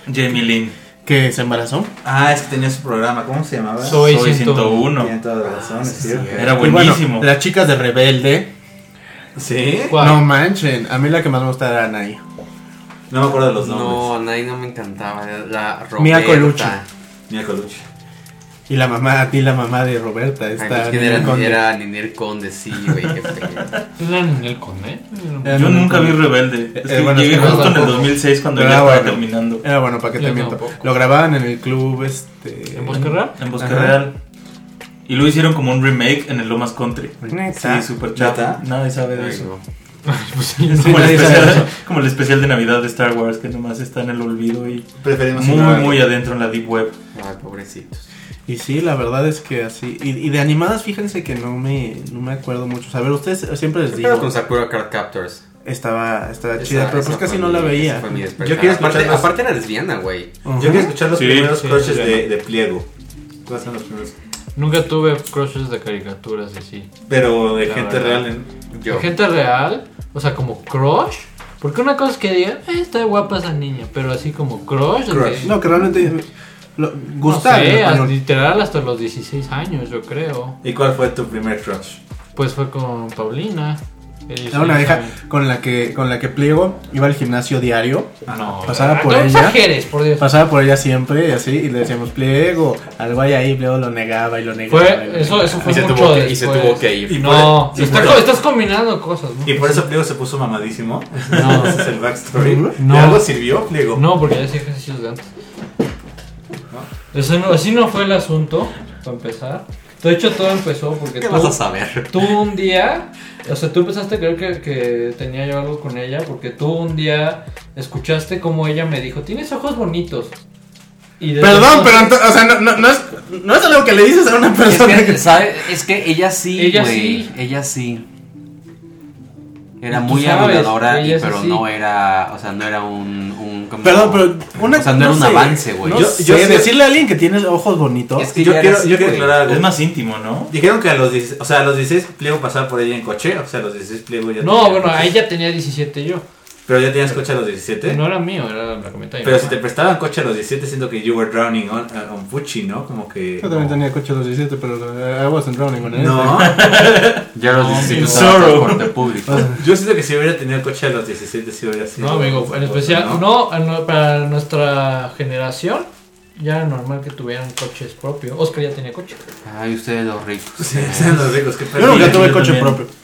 Speaker 3: Jamie Lynn.
Speaker 2: que se embarazó.
Speaker 1: Ah, es que tenía su programa, ¿cómo se llamaba?
Speaker 4: Soy
Speaker 3: Soy 101.
Speaker 4: 101.
Speaker 1: Tiene toda la razón, es cierto.
Speaker 5: sí.
Speaker 3: Era
Speaker 2: Y bueno,
Speaker 3: Ah, buenísimo.
Speaker 2: las chicas de Rebelde.
Speaker 1: ¿Sí?
Speaker 4: ¿Cuál?
Speaker 2: No manchen. A mí la que más me gustaba era Anaí.
Speaker 1: No me acuerdo de los nombres.
Speaker 5: No, nadie no me encantaba. La Roberta.
Speaker 2: Mia Colucci.
Speaker 1: Mira Colucci.
Speaker 2: Y la mamá, a ti la mamá de Roberta está.
Speaker 5: Ay, pues, ¿quién era,
Speaker 2: Ninel Conde.
Speaker 5: era Ninel Conde, sí, güey. qué pedo.
Speaker 4: ¿Eran el conde?
Speaker 2: Era
Speaker 3: Yo
Speaker 2: Ninel
Speaker 3: nunca vi
Speaker 2: Conde.
Speaker 3: Rebelde. Es
Speaker 2: Eh,
Speaker 3: que
Speaker 2: bueno,
Speaker 3: llegué
Speaker 2: es que no,
Speaker 3: justo en el
Speaker 4: tampoco.
Speaker 3: 2006 cuando
Speaker 2: Ah,
Speaker 3: ya estaba
Speaker 2: bueno.
Speaker 3: terminando.
Speaker 2: Era bueno, ¿para qué te
Speaker 4: Yo
Speaker 2: miento?
Speaker 4: tampoco.
Speaker 2: Lo grababan en el club, este.
Speaker 4: ¿En Bosque Real?
Speaker 3: En Bosque
Speaker 2: Ajá.
Speaker 3: Real. Y luego hicieron como un remake en el Lomas Country.
Speaker 2: Neta.
Speaker 3: Sí, súper chato.
Speaker 1: ¿Neta?
Speaker 3: Nadie sabe de
Speaker 5: Ay,
Speaker 3: eso.
Speaker 5: no.
Speaker 4: Pues sí,
Speaker 3: Es como, el
Speaker 2: nadie sabe
Speaker 3: especial,
Speaker 2: de eso.
Speaker 3: como el especial de Navidad de Star Wars que nomás está en el olvido y
Speaker 1: Preferimos
Speaker 3: muy,
Speaker 1: ignorarlo.
Speaker 3: muy adentro en la Deep Web.
Speaker 5: Ay, pobrecitos.
Speaker 2: Y sí, la verdad es que así. Y, y de animadas, fíjense que no me, no me acuerdo mucho. O sea, a ver, ustedes siempre les
Speaker 5: ¿Qué
Speaker 2: digo.
Speaker 5: pedo con Sakura Card Captors?
Speaker 2: Estaba, estaba
Speaker 5: Esa-
Speaker 2: chida, pero
Speaker 5: esa
Speaker 2: pues casi
Speaker 5: fue
Speaker 2: no
Speaker 5: mi-
Speaker 2: la
Speaker 5: esa
Speaker 2: veía.
Speaker 5: fue mi despertar.
Speaker 1: Yo quiero escuchar
Speaker 5: aparte,
Speaker 1: más.
Speaker 5: aparte era lesbiana, güey.
Speaker 2: Ajá.
Speaker 1: Yo quiero escuchar los
Speaker 3: Sí,
Speaker 1: primeros
Speaker 4: sí,
Speaker 1: crushes
Speaker 4: sí,
Speaker 1: de, de pliego. ¿Cuáles son los primeros?
Speaker 4: Nunca tuve crushes de caricaturas así.
Speaker 1: Pero de
Speaker 4: La
Speaker 1: gente
Speaker 4: verdad.
Speaker 1: real. En...
Speaker 5: Yo.
Speaker 4: Gente real, o sea, como crush. Porque una cosa es que digan, "Eh, está guapa esa niña, pero así como crush. de-
Speaker 1: Crush.
Speaker 4: No
Speaker 2: No, que realmente. Lo, gustaba. en
Speaker 4: sé,
Speaker 2: español.
Speaker 4: literal hasta los 16 años, yo creo.
Speaker 1: ¿Y cuál fue tu primer crush?
Speaker 4: Pues fue con Paulina. Ellos
Speaker 2: Era una
Speaker 4: sí
Speaker 2: vieja
Speaker 4: saben.
Speaker 2: con la que con la que pliego iba al gimnasio diario,
Speaker 4: Ah, No,
Speaker 2: pasaba
Speaker 4: ¿verdad?
Speaker 2: por
Speaker 4: no
Speaker 2: ella.
Speaker 4: exageres, por Dios.
Speaker 2: pasaba por ella siempre y así y le decíamos pliego, algo hay ahí, pliego lo negaba y lo negaba. y lo
Speaker 4: Fue, eso,
Speaker 2: negaba.
Speaker 4: eso fue
Speaker 5: Y se
Speaker 4: mucho
Speaker 5: tuvo que- y se
Speaker 4: después.
Speaker 5: tuvo que ir.
Speaker 1: Y
Speaker 4: No,
Speaker 1: por- y
Speaker 4: estás,
Speaker 1: por-
Speaker 4: estás combinando cosas, ¿no?
Speaker 1: Y por eso Pliego se puso mamadísimo.
Speaker 4: No.
Speaker 1: Ese es el backstory.
Speaker 4: No.
Speaker 1: ¿De algo sirvió Pliego?
Speaker 4: No, porque ya hacía ejercicios de antes. Eso no, así no fue el asunto, para empezar. De hecho, todo empezó porque
Speaker 5: ¿Qué
Speaker 4: tú,
Speaker 5: vas a saber?
Speaker 4: tú un día, o sea, tú empezaste a creer que, que tenía yo algo con ella porque tú un día escuchaste como ella me dijo, tienes ojos bonitos. Y desde
Speaker 2: Perdón, pero
Speaker 4: entonces-
Speaker 2: ento- o sea, no, no, no es, no es algo que le dices a una persona.
Speaker 5: Es que, ¿sabe? Es que ella sí,
Speaker 4: Ella
Speaker 5: güey.
Speaker 4: sí.
Speaker 5: Ella sí. Era
Speaker 4: Tú
Speaker 5: muy
Speaker 4: sabes,
Speaker 5: aduladora,
Speaker 4: ella
Speaker 5: y-
Speaker 4: es
Speaker 5: pero
Speaker 4: así.
Speaker 5: no era. O sea, no era un. un como-
Speaker 2: Perdón, pero una-
Speaker 5: O sea, no, era un
Speaker 2: sé,
Speaker 5: avance, güey.
Speaker 2: no
Speaker 1: Yo-
Speaker 2: sé,
Speaker 1: yo sé-
Speaker 2: decirle a alguien que tienes ojos bonitos.
Speaker 5: Es que
Speaker 1: Yo
Speaker 5: ya
Speaker 1: quiero,
Speaker 5: era así,
Speaker 1: yo quiero
Speaker 5: güey.
Speaker 1: aclarar algo.
Speaker 3: Es más íntimo, ¿no?
Speaker 1: Dijeron que a los 16, o sea, a los 16 Pliego pasaba por ella en coche. O sea, a los 16 Pliego ya.
Speaker 4: No,
Speaker 1: tenía
Speaker 4: bueno,
Speaker 1: coche.
Speaker 4: a ella tenía 17 yo.
Speaker 1: Pero ya tenías coche a los 17.
Speaker 4: No era mío, era la comentario.
Speaker 1: Pero si te prestaban coche a los 17, siento que you were drowning on, on Fuchi, ¿no? Como que.
Speaker 2: Yo también tenía coche a los 17, pero eh, I wasn't drowning on it.
Speaker 1: No,
Speaker 5: Ya los dices
Speaker 3: Zorro.
Speaker 5: transporte público.
Speaker 1: yo siento que si hubiera tenido coche a los 17, sí hubiera sido.
Speaker 4: No, amigo, en especial,
Speaker 1: ¿no?
Speaker 4: no, no, para nuestra generación ya era normal que tuvieran coches propios. Oscar ya tenía coche.
Speaker 5: Ay, ustedes los ricos.
Speaker 1: Sí, sean los ricos, qué
Speaker 2: Yo nunca
Speaker 1: pena.
Speaker 2: tuve
Speaker 3: yo
Speaker 2: coche
Speaker 3: también.
Speaker 2: propio.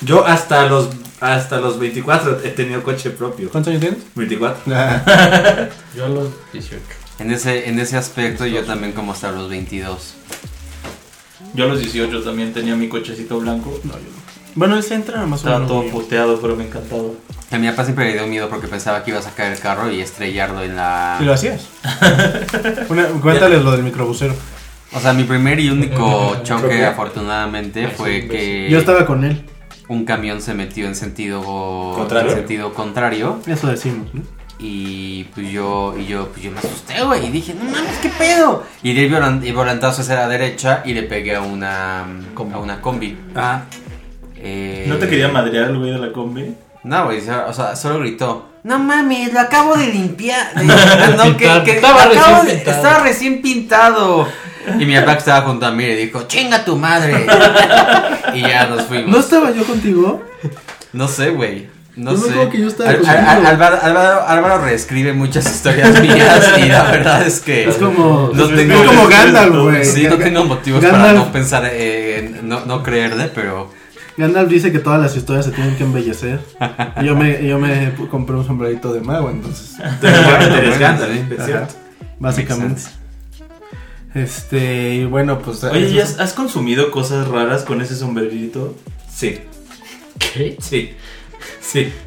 Speaker 1: Yo hasta los hasta los 24 he tenido coche propio.
Speaker 2: ¿Cuántos años tienes?
Speaker 1: 24.
Speaker 4: Yo a los 18.
Speaker 5: En ese, en ese aspecto, yo también como hasta los 22.
Speaker 3: Yo a los 18 también tenía mi cochecito blanco.
Speaker 2: bueno, ese entra más o
Speaker 3: Estaba
Speaker 2: menos.
Speaker 3: todo
Speaker 2: mío.
Speaker 3: puteado, pero me encantaba.
Speaker 5: A mi papá siempre le dio miedo porque pensaba que iba a sacar el carro y estrellarlo en la...
Speaker 2: ¿Y lo hacías? Una- cuéntales lo del microbusero.
Speaker 5: O sea, mi primer y único choque afortunadamente
Speaker 4: Ay, soy
Speaker 5: fue
Speaker 4: un
Speaker 5: que
Speaker 2: Yo estaba con él,
Speaker 5: un camión se metió en sentido
Speaker 1: Contrario.
Speaker 5: en sentido contrario
Speaker 2: eso decimos. ¿no?
Speaker 5: y pues yo y yo pues yo me asusté, güey, y dije, "No mames, qué pedo." Y di el volan- el volantazo hacia la derecha y le pegué a una
Speaker 4: Combi.
Speaker 5: a una combi.
Speaker 1: Ah,
Speaker 5: Eh,
Speaker 3: ¿No te quería madrear el güey de la combi?
Speaker 5: No, güey, o sea, solo gritó. No mames, lo acabo de limpiar. de- ah, no,
Speaker 4: Pintar.
Speaker 5: que, que-
Speaker 4: Estaba
Speaker 5: lo acabo
Speaker 4: recién
Speaker 5: de-
Speaker 4: pintado.
Speaker 5: estaba recién pintado. Y mi papá que estaba junto a mí le dijo, chinga tu madre. y ya nos fuimos.
Speaker 2: ¿No estaba yo contigo?
Speaker 5: No sé, güey. No
Speaker 2: Yo me
Speaker 5: sé.
Speaker 2: acuerdo que yo estaba
Speaker 5: Al- al-
Speaker 2: contigo.
Speaker 5: Álvaro, Álvaro- Álvaro reescribe muchas historias mías y la verdad es que
Speaker 2: Es como.
Speaker 5: no tengo,
Speaker 2: es como Gandalf, güey.
Speaker 5: sí, no tengo motivos para
Speaker 2: Gandalf-
Speaker 5: no pensar, eh, en- no, no creerle, pero
Speaker 2: Gandalf dice que todas las historias se tienen que embellecer. Y Yo me, yo me pu- compré un sombrerito de mago, entonces.
Speaker 1: te
Speaker 5: Bueno,
Speaker 1: desgandas,
Speaker 5: sí.
Speaker 1: es cierto.
Speaker 2: Ajá, Básicamente.
Speaker 5: Makes
Speaker 2: Este, y bueno, pues.
Speaker 3: Oye,
Speaker 2: eso-
Speaker 3: ¿y has, has consumido cosas raras con ese sombrerito?
Speaker 1: Sí,
Speaker 4: ¿Qué?
Speaker 1: sí, sí.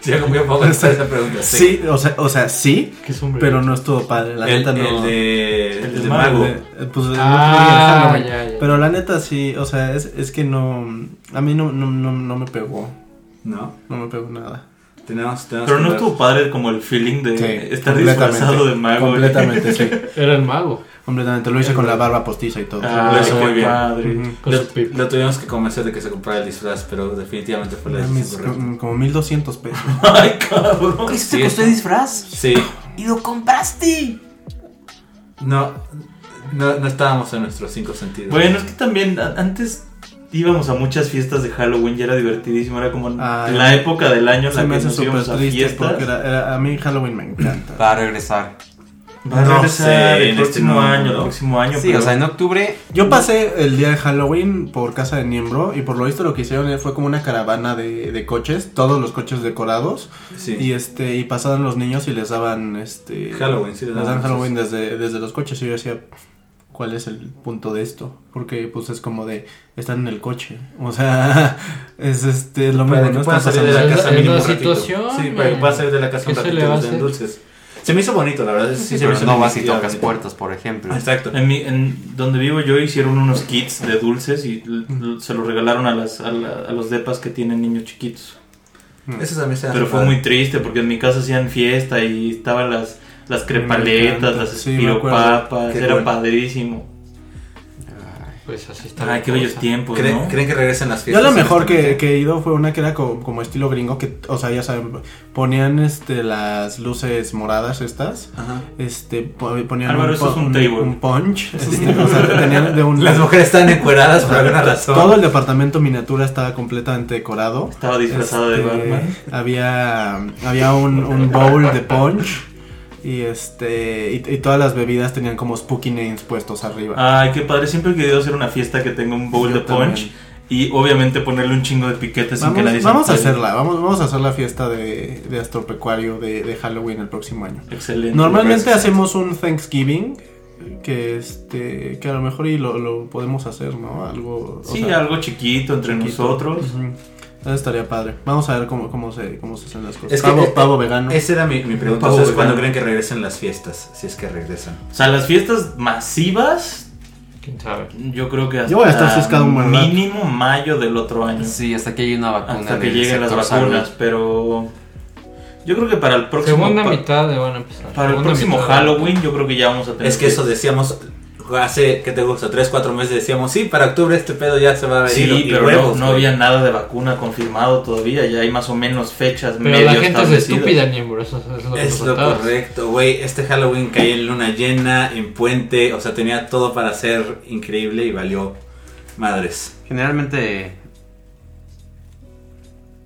Speaker 1: Sí, hago muy a poco esa esa pregunta. Sí.
Speaker 2: Sí, o sea, o sea, sí,
Speaker 4: ¿Qué sombrero?
Speaker 2: pero no estuvo padre. La
Speaker 1: el,
Speaker 2: neta no.
Speaker 1: el de, el
Speaker 3: de
Speaker 1: de
Speaker 3: mago.
Speaker 1: mago.
Speaker 2: Eh, Pues, el
Speaker 4: Ah,
Speaker 2: otro día, el Halloween.
Speaker 4: ya, ya, ya.
Speaker 2: Pero la neta sí, o sea, es, es que no. A mí no, no, no, no me pegó.
Speaker 1: No,
Speaker 2: No me pegó nada.
Speaker 1: tenemos, tenemos
Speaker 3: Pero
Speaker 1: que
Speaker 3: no
Speaker 1: hablar.
Speaker 3: estuvo padre como el feeling de estar
Speaker 2: completamente.
Speaker 3: disfrazado de mago.
Speaker 2: Completamente, sí.
Speaker 4: Era el mago.
Speaker 2: Completamente. Lo hice con la barba postiza y todo.
Speaker 3: Ah,
Speaker 1: Lo hizo
Speaker 3: qué
Speaker 1: muy bien.
Speaker 3: padre.
Speaker 2: Ujú.
Speaker 4: Con
Speaker 1: Lo,
Speaker 4: su pipa.
Speaker 1: lo tuvimos que convencer de que se comprara el disfraz, pero definitivamente fue la
Speaker 2: Mis-
Speaker 1: decisión correcta.
Speaker 2: como como 1200 pesos.
Speaker 3: Ay, cabrón.
Speaker 5: ¿Eso
Speaker 1: Sí,
Speaker 5: te
Speaker 1: eso.
Speaker 5: costó el disfraz?
Speaker 1: Sí,
Speaker 5: ¡Y lo compraste!
Speaker 1: no, no, no estábamos en nuestros cinco sentidos.
Speaker 3: Bueno, es que también a- antes íbamos a muchas fiestas de Halloween y era divertidísimo. Era como
Speaker 2: Ay,
Speaker 3: la época del año en
Speaker 2: Se
Speaker 3: la
Speaker 2: me
Speaker 3: que
Speaker 2: hace
Speaker 3: nos
Speaker 2: súper
Speaker 3: íbamos a
Speaker 2: triste
Speaker 3: fiestas.
Speaker 2: porque era- era- a mí Halloween me encanta.
Speaker 5: Va a regresar.
Speaker 3: Va a
Speaker 1: No
Speaker 3: regresar
Speaker 1: sé, en
Speaker 3: el
Speaker 1: este
Speaker 3: próximo
Speaker 1: nuevo
Speaker 3: año, el
Speaker 1: mundo.
Speaker 3: próximo año.
Speaker 5: Sí,
Speaker 3: pero-
Speaker 5: o sea, en octubre.
Speaker 2: Yo pasé el día de Halloween por casa de Niembro y por lo visto lo que hicieron fue como una caravana de, de coches, todos los coches decorados
Speaker 1: Sí.
Speaker 2: y este y pasaban los niños y les daban este
Speaker 1: Halloween, sí, les
Speaker 2: les dan
Speaker 1: daban cosas.
Speaker 2: Halloween desde, desde los coches y yo decía ¿cuál es el punto de esto? Porque pues es como de están en el coche, o sea es este es lo
Speaker 1: Para
Speaker 2: mismo,
Speaker 1: que
Speaker 2: no
Speaker 1: puedan
Speaker 2: Están
Speaker 1: salir de la
Speaker 4: pasando.
Speaker 1: casa
Speaker 4: Es la-
Speaker 1: mínimo
Speaker 4: es
Speaker 1: un
Speaker 4: la
Speaker 1: ratito.
Speaker 4: situación,
Speaker 1: Sí, para que
Speaker 4: man.
Speaker 1: puedan salir de la casa un
Speaker 4: ¿Qué se
Speaker 1: ratito
Speaker 4: le
Speaker 1: y
Speaker 4: va a
Speaker 1: les den
Speaker 4: hacer?
Speaker 1: dulces. Se me hizo bonito, la verdad. Sí, se me
Speaker 5: pero
Speaker 1: hizo una
Speaker 5: no
Speaker 1: Ah,
Speaker 5: vas y
Speaker 1: iniciativa
Speaker 5: tocas
Speaker 1: bonita.
Speaker 5: puertas, por ejemplo.
Speaker 1: Exacto.
Speaker 3: En, mi, en donde vivo yo hicieron unos kits de dulces y l-
Speaker 2: Mm.
Speaker 3: l- se los regalaron a, las, a, la- a los depas que tienen niños chiquitos.
Speaker 1: Eso también se hace
Speaker 3: Pero fue
Speaker 1: padre.
Speaker 3: muy triste porque en mi casa hacían fiesta y estaban las, las
Speaker 2: encanta.
Speaker 3: crepaletas, las
Speaker 2: Sí, me acuerdo.
Speaker 3: espiropapas,
Speaker 1: Qué
Speaker 3: era
Speaker 1: bueno.
Speaker 3: padrísimo.
Speaker 4: Pues así está. la
Speaker 3: Ay, qué bellos
Speaker 4: cosa.
Speaker 3: tiempos,
Speaker 1: ¿Creen,
Speaker 3: ¿no?
Speaker 1: creen que regresen las
Speaker 2: Yo
Speaker 1: fiestas?
Speaker 2: lo mejor que,
Speaker 1: honestamente?
Speaker 2: que he ido fue una que era como, como estilo gringo, que, o sea, ya saben, ponían este las luces moradas estas,
Speaker 1: Ajá.
Speaker 2: este, po- ponían
Speaker 3: Álvaro, eso
Speaker 2: po-
Speaker 3: es un table.
Speaker 2: un punch, este, o sea, tenían de un...
Speaker 1: Las mujeres están encueradas por alguna razón.
Speaker 2: Todo el departamento miniatura estaba completamente decorado.
Speaker 3: Estaba disfrazado de
Speaker 2: Este,
Speaker 3: Batman.
Speaker 2: Había, había un, un bowl de punch y este y, y todas las bebidas tenían como spooky names puestos arriba.
Speaker 3: Ay, qué padre, siempre he querido hacer una fiesta que tenga un bowl
Speaker 2: Yo
Speaker 3: de punch
Speaker 2: también.
Speaker 3: y obviamente ponerle un chingo de piquetes sin que nadie
Speaker 2: Vamos,
Speaker 3: se
Speaker 2: vamos a
Speaker 3: entere.
Speaker 2: hacerla, vamos, vamos a hacer la fiesta de, de Astropecuario de, de Halloween el próximo año.
Speaker 3: Excelente.
Speaker 2: Normalmente
Speaker 1: gracias.
Speaker 2: hacemos un Thanksgiving que este que a lo mejor y lo, lo podemos hacer, ¿no? Algo. o
Speaker 3: Sí,
Speaker 2: sea,
Speaker 3: algo chiquito entre
Speaker 2: chiquito.
Speaker 3: nosotros.
Speaker 2: Ujú. Eso estaría padre. Vamos a ver cómo, cómo, se, cómo se hacen las cosas.
Speaker 1: Es que-
Speaker 2: pavo,
Speaker 1: eh,
Speaker 2: pavo vegano.
Speaker 1: Esa era mi, mi pregunta.
Speaker 3: Pavo
Speaker 1: Entonces, ¿cuándo
Speaker 3: vegano.
Speaker 1: creen que regresen las fiestas? Si es que regresan.
Speaker 3: O sea, las fiestas masivas
Speaker 4: ¿Quién sabe?
Speaker 3: Yo creo que hasta
Speaker 2: Yo voy a estar ciscado un buen rato.
Speaker 3: mínimo mayo del otro año.
Speaker 5: Sí, hasta que llegue una vacuna.
Speaker 3: hasta que
Speaker 5: del
Speaker 3: lleguen las
Speaker 5: sector
Speaker 3: vacunas,
Speaker 5: salud.
Speaker 3: pero yo creo que para el próximo
Speaker 4: Segunda
Speaker 3: pa-
Speaker 4: mitad de van a empezar.
Speaker 3: para el
Speaker 4: Segunda
Speaker 3: próximo
Speaker 4: mitad.
Speaker 3: Halloween yo creo que ya vamos a tener
Speaker 1: Es que eso decíamos hace, ¿qué te gusta? Tres, cuatro meses decíamos, sí, para octubre este pedo ya se va a venir.
Speaker 3: Sí,
Speaker 1: y
Speaker 3: pero
Speaker 1: huevos,
Speaker 3: no, no
Speaker 1: güey.
Speaker 3: había nada de vacuna confirmado todavía, ya hay más o menos fechas
Speaker 4: Pero
Speaker 3: medio
Speaker 4: la gente es
Speaker 3: establecidas.
Speaker 4: estúpida, Niembro. Eso es lo que
Speaker 1: Es
Speaker 4: nos
Speaker 1: lo
Speaker 4: contabas.
Speaker 1: correcto, güey. Este Halloween caía en luna llena, en puente, o sea, tenía todo para ser increíble y valió madres.
Speaker 5: Generalmente.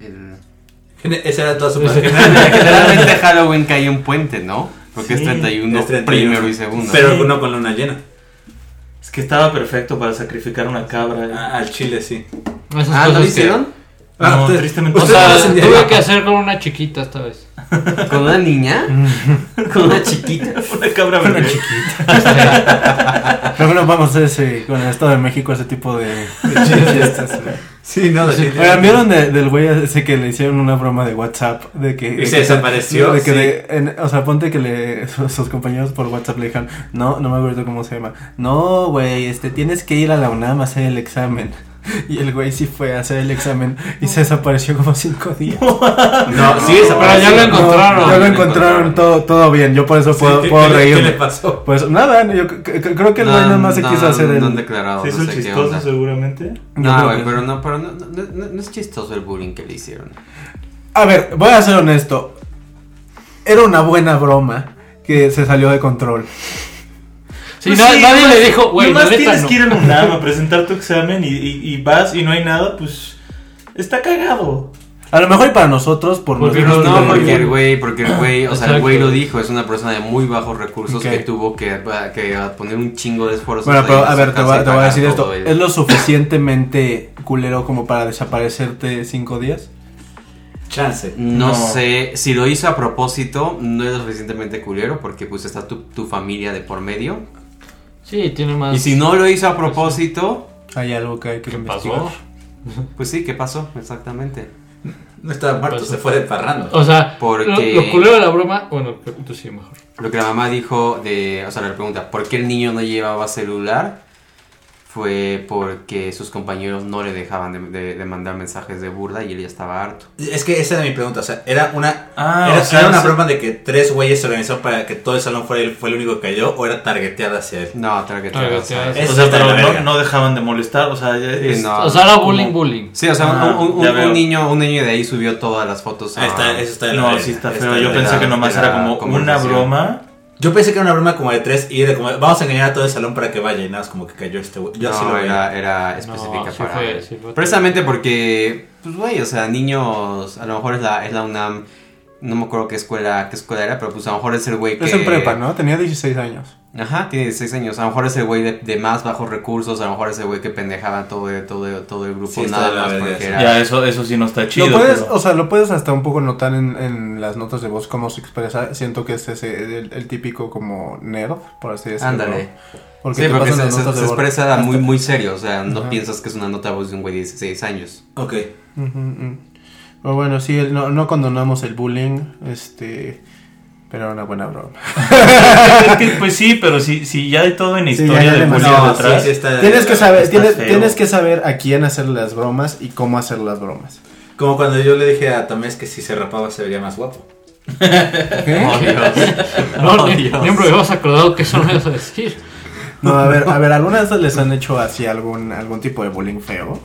Speaker 5: el-
Speaker 1: Gene- Esa era toda su
Speaker 4: Ese-
Speaker 5: Generalmente Halloween cae en puente, ¿no? Porque
Speaker 3: Sí,
Speaker 5: es 31,
Speaker 1: es 31,
Speaker 5: primero y segundo.
Speaker 1: Pero uno con luna llena.
Speaker 3: Es que estaba perfecto para sacrificar una cabra.
Speaker 1: Ah, al chile, sí.
Speaker 4: Esas
Speaker 5: ah,
Speaker 4: cosas
Speaker 5: ¿lo
Speaker 4: que-
Speaker 5: hicieron?
Speaker 1: Ah,
Speaker 3: no,
Speaker 1: ustedes-
Speaker 3: tristemente.
Speaker 4: O
Speaker 1: ustedes
Speaker 4: sea,
Speaker 1: lo hacen diario.
Speaker 4: tuve que hacer con una chiquita esta vez.
Speaker 5: ¿Con una niña? ¿Con una chiquita?
Speaker 3: una cabra bebé.
Speaker 2: Pero bueno, vamos a hacer ese, con el Estado de México ese tipo de, de fiestas.
Speaker 1: Sí, no, definitivamente.
Speaker 2: Oigan, ¿vieron de- del güey ese que le hicieron una broma de WhatsApp? De que,
Speaker 1: Y
Speaker 2: de
Speaker 1: se
Speaker 2: que-
Speaker 1: desapareció,
Speaker 2: de que
Speaker 1: sí.
Speaker 2: de- en- o sea, ponte que le, sus, sus compañeros por WhatsApp le dijeron, no, no me acuerdo cómo se llama. No, güey, este, tienes que ir a la UNAM a hacer el examen. Y el güey sí fue a hacer el examen y se desapareció como cinco días.
Speaker 1: No, sí, esa
Speaker 4: Pero ya lo
Speaker 1: parece-
Speaker 4: encontraron.
Speaker 2: No, ya lo encontraron, todo, todo bien, yo por eso
Speaker 1: Sí,
Speaker 2: puedo,
Speaker 1: ¿qué-
Speaker 2: puedo
Speaker 1: qué le- ¿Qué le
Speaker 2: reírme.
Speaker 1: pasó?
Speaker 2: Pues nada, yo c- c- creo que el güey
Speaker 5: No,
Speaker 2: nada más se
Speaker 5: no,
Speaker 2: quiso hacer
Speaker 5: no,
Speaker 2: el...
Speaker 5: No han declarado,
Speaker 3: Se hizo
Speaker 5: no
Speaker 3: el
Speaker 5: sé qué
Speaker 3: chistoso
Speaker 5: onda.
Speaker 3: seguramente.
Speaker 2: Yo
Speaker 5: No,
Speaker 2: creo
Speaker 5: güey,
Speaker 2: que-
Speaker 5: pero no, pero no, no, no- no es chistoso el bullying que le hicieron.
Speaker 2: A ver, voy a ser honesto. Era una buena broma que se salió de control.
Speaker 4: Sí,
Speaker 3: Pues
Speaker 4: na-
Speaker 3: sí,
Speaker 4: nadie
Speaker 3: nomás-
Speaker 4: le dijo, güey, la
Speaker 3: nomás
Speaker 4: neta
Speaker 3: tienes
Speaker 4: no.
Speaker 3: que ir a UNAM a presentar tu examen y, y- y vas y no hay nada, pues está cagado.
Speaker 2: A lo mejor y para nosotros, por
Speaker 4: Porque
Speaker 2: nuestros
Speaker 4: no,
Speaker 5: No,
Speaker 2: niveles.
Speaker 5: Este, porque el güey, porque el güey, o sea, el
Speaker 4: Exacto.
Speaker 5: güey lo dijo, es una persona de muy bajos recursos
Speaker 2: Ok.
Speaker 5: que tuvo que, que poner un chingo de esfuerzo.
Speaker 2: Bueno, pero
Speaker 5: para
Speaker 2: a ver, te
Speaker 5: sacarse
Speaker 2: voy,
Speaker 5: y
Speaker 2: a- te voy a
Speaker 5: pagar
Speaker 2: decir esto.
Speaker 5: todo el-
Speaker 2: ¿Es lo suficientemente culero como para desaparecerte cinco días?
Speaker 1: Chance.
Speaker 5: No,
Speaker 3: No.
Speaker 5: sé, si lo hizo a propósito, no es lo suficientemente culero porque pues está tu, tu familia de por medio.
Speaker 4: Sí, tiene más.
Speaker 5: Y si no lo hizo a propósito,
Speaker 2: Hay algo que hay que investigar.
Speaker 4: pasó.
Speaker 5: pues sí, ¿qué pasó? Exactamente.
Speaker 1: No estaba muerto, se fue de parrando.
Speaker 4: O sea,
Speaker 5: Porque-
Speaker 4: lo, lo culero de la broma. Bueno, creo que tú sí, mejor.
Speaker 5: Lo que la mamá dijo de, o sea, le pregunta, ¿por qué el niño no llevaba celular? Fue porque sus compañeros no le dejaban de, de- de mandar mensajes de burla y él ya estaba harto.
Speaker 1: Es que esa era mi pregunta, o sea, era una
Speaker 3: Ah,
Speaker 1: era,
Speaker 3: o sea,
Speaker 1: era una
Speaker 3: se-
Speaker 1: broma de que tres güeyes se organizaron para que todo el salón fuera él, fue el único que cayó o era targeteada hacia él.
Speaker 5: No,
Speaker 4: Traga,
Speaker 5: traga, traga,
Speaker 4: traga.
Speaker 5: ¿sabes?
Speaker 1: Eso
Speaker 3: o sea,
Speaker 1: está de
Speaker 3: pero
Speaker 1: la
Speaker 3: no,
Speaker 1: verga.
Speaker 3: no dejaban de molestar, o sea, ya es-
Speaker 5: Sí, no.
Speaker 4: o sea, era bullying,
Speaker 3: como-
Speaker 4: bullying.
Speaker 5: Sí, o sea, un-
Speaker 3: Ah,
Speaker 5: un, un-
Speaker 3: ya veo.
Speaker 5: un niño, un niño de ahí subió todas las fotos.
Speaker 1: Ah, está,
Speaker 5: a-
Speaker 1: eso está de la
Speaker 3: No,
Speaker 1: verga,
Speaker 3: sí está
Speaker 1: de
Speaker 3: feo. Yo
Speaker 1: la
Speaker 3: pensé
Speaker 1: verga.
Speaker 3: que nomás
Speaker 5: de
Speaker 3: era
Speaker 5: la
Speaker 3: como una
Speaker 5: conversación.
Speaker 3: broma.
Speaker 1: Yo pensé que era una broma como de tres y era como vamos a engañar a todo el salón para que vaya y nada, es como que cayó este güey. Yo
Speaker 5: no,
Speaker 1: así lo veía.
Speaker 5: era, era específica
Speaker 4: No, sí
Speaker 5: para.
Speaker 4: fue- sí fue-
Speaker 5: Precisamente porque, pues, güey, o sea, niños, a lo mejor es la, es la UNAM No me acuerdo qué escuela, qué escuela era, pero pues a lo mejor es el güey que...
Speaker 2: Es en prepa, ¿no? Tenía 16 años.
Speaker 5: Ajá, tiene 16 años. A lo mejor es el güey de, de más bajos recursos, a lo mejor es el güey que pendejaba todo, el- todo, el- todo el grupo,
Speaker 1: Sí, está
Speaker 5: nada
Speaker 1: de la
Speaker 5: más
Speaker 1: verga
Speaker 5: porque
Speaker 1: eso.
Speaker 5: era...
Speaker 3: Ya, eso, eso sí no está chido.
Speaker 2: lo puedes,
Speaker 3: pero-
Speaker 2: o sea, lo puedes hasta un poco notar en, en las notas de voz cómo se expresa. Siento que es ese, el, el típico como nerd, por así decirlo.
Speaker 5: Ándale.
Speaker 2: Porque
Speaker 5: sí,
Speaker 2: te
Speaker 5: porque
Speaker 2: pasan
Speaker 5: se,
Speaker 2: las
Speaker 5: se-
Speaker 2: notas
Speaker 5: se
Speaker 2: de voz.
Speaker 5: expresa muy, muy serio, o sea, no
Speaker 2: Ajá.
Speaker 5: piensas que es una nota de voz de un güey de 16 años.
Speaker 1: Ok.
Speaker 2: Ujú, ujú. Pero bueno, sí, el- no, no condonamos el bullying, este, pero una buena broma.
Speaker 3: Es que, pues sí, pero si, si ya hay todo en la
Speaker 2: Sí,
Speaker 3: historia
Speaker 2: ya hay
Speaker 3: de
Speaker 2: demasiado.
Speaker 3: bullying
Speaker 1: No,
Speaker 3: detrás.
Speaker 1: sí, sí está-
Speaker 2: Tienes que saber,
Speaker 3: está
Speaker 2: tienes,
Speaker 3: feo.
Speaker 2: tienes que saber a quién hacer las bromas y cómo hacer las bromas.
Speaker 1: Como cuando yo le dije a Tomés que si se rapaba se vería más guapo.
Speaker 5: Oh, Dios.
Speaker 4: No,
Speaker 5: Oh,
Speaker 4: ni-
Speaker 5: Dios.
Speaker 4: ni me habías acordado que eso no ibas a decir.
Speaker 2: No, a ver, a ver, ¿alguna de esas les han hecho así algún, algún tipo de bullying feo?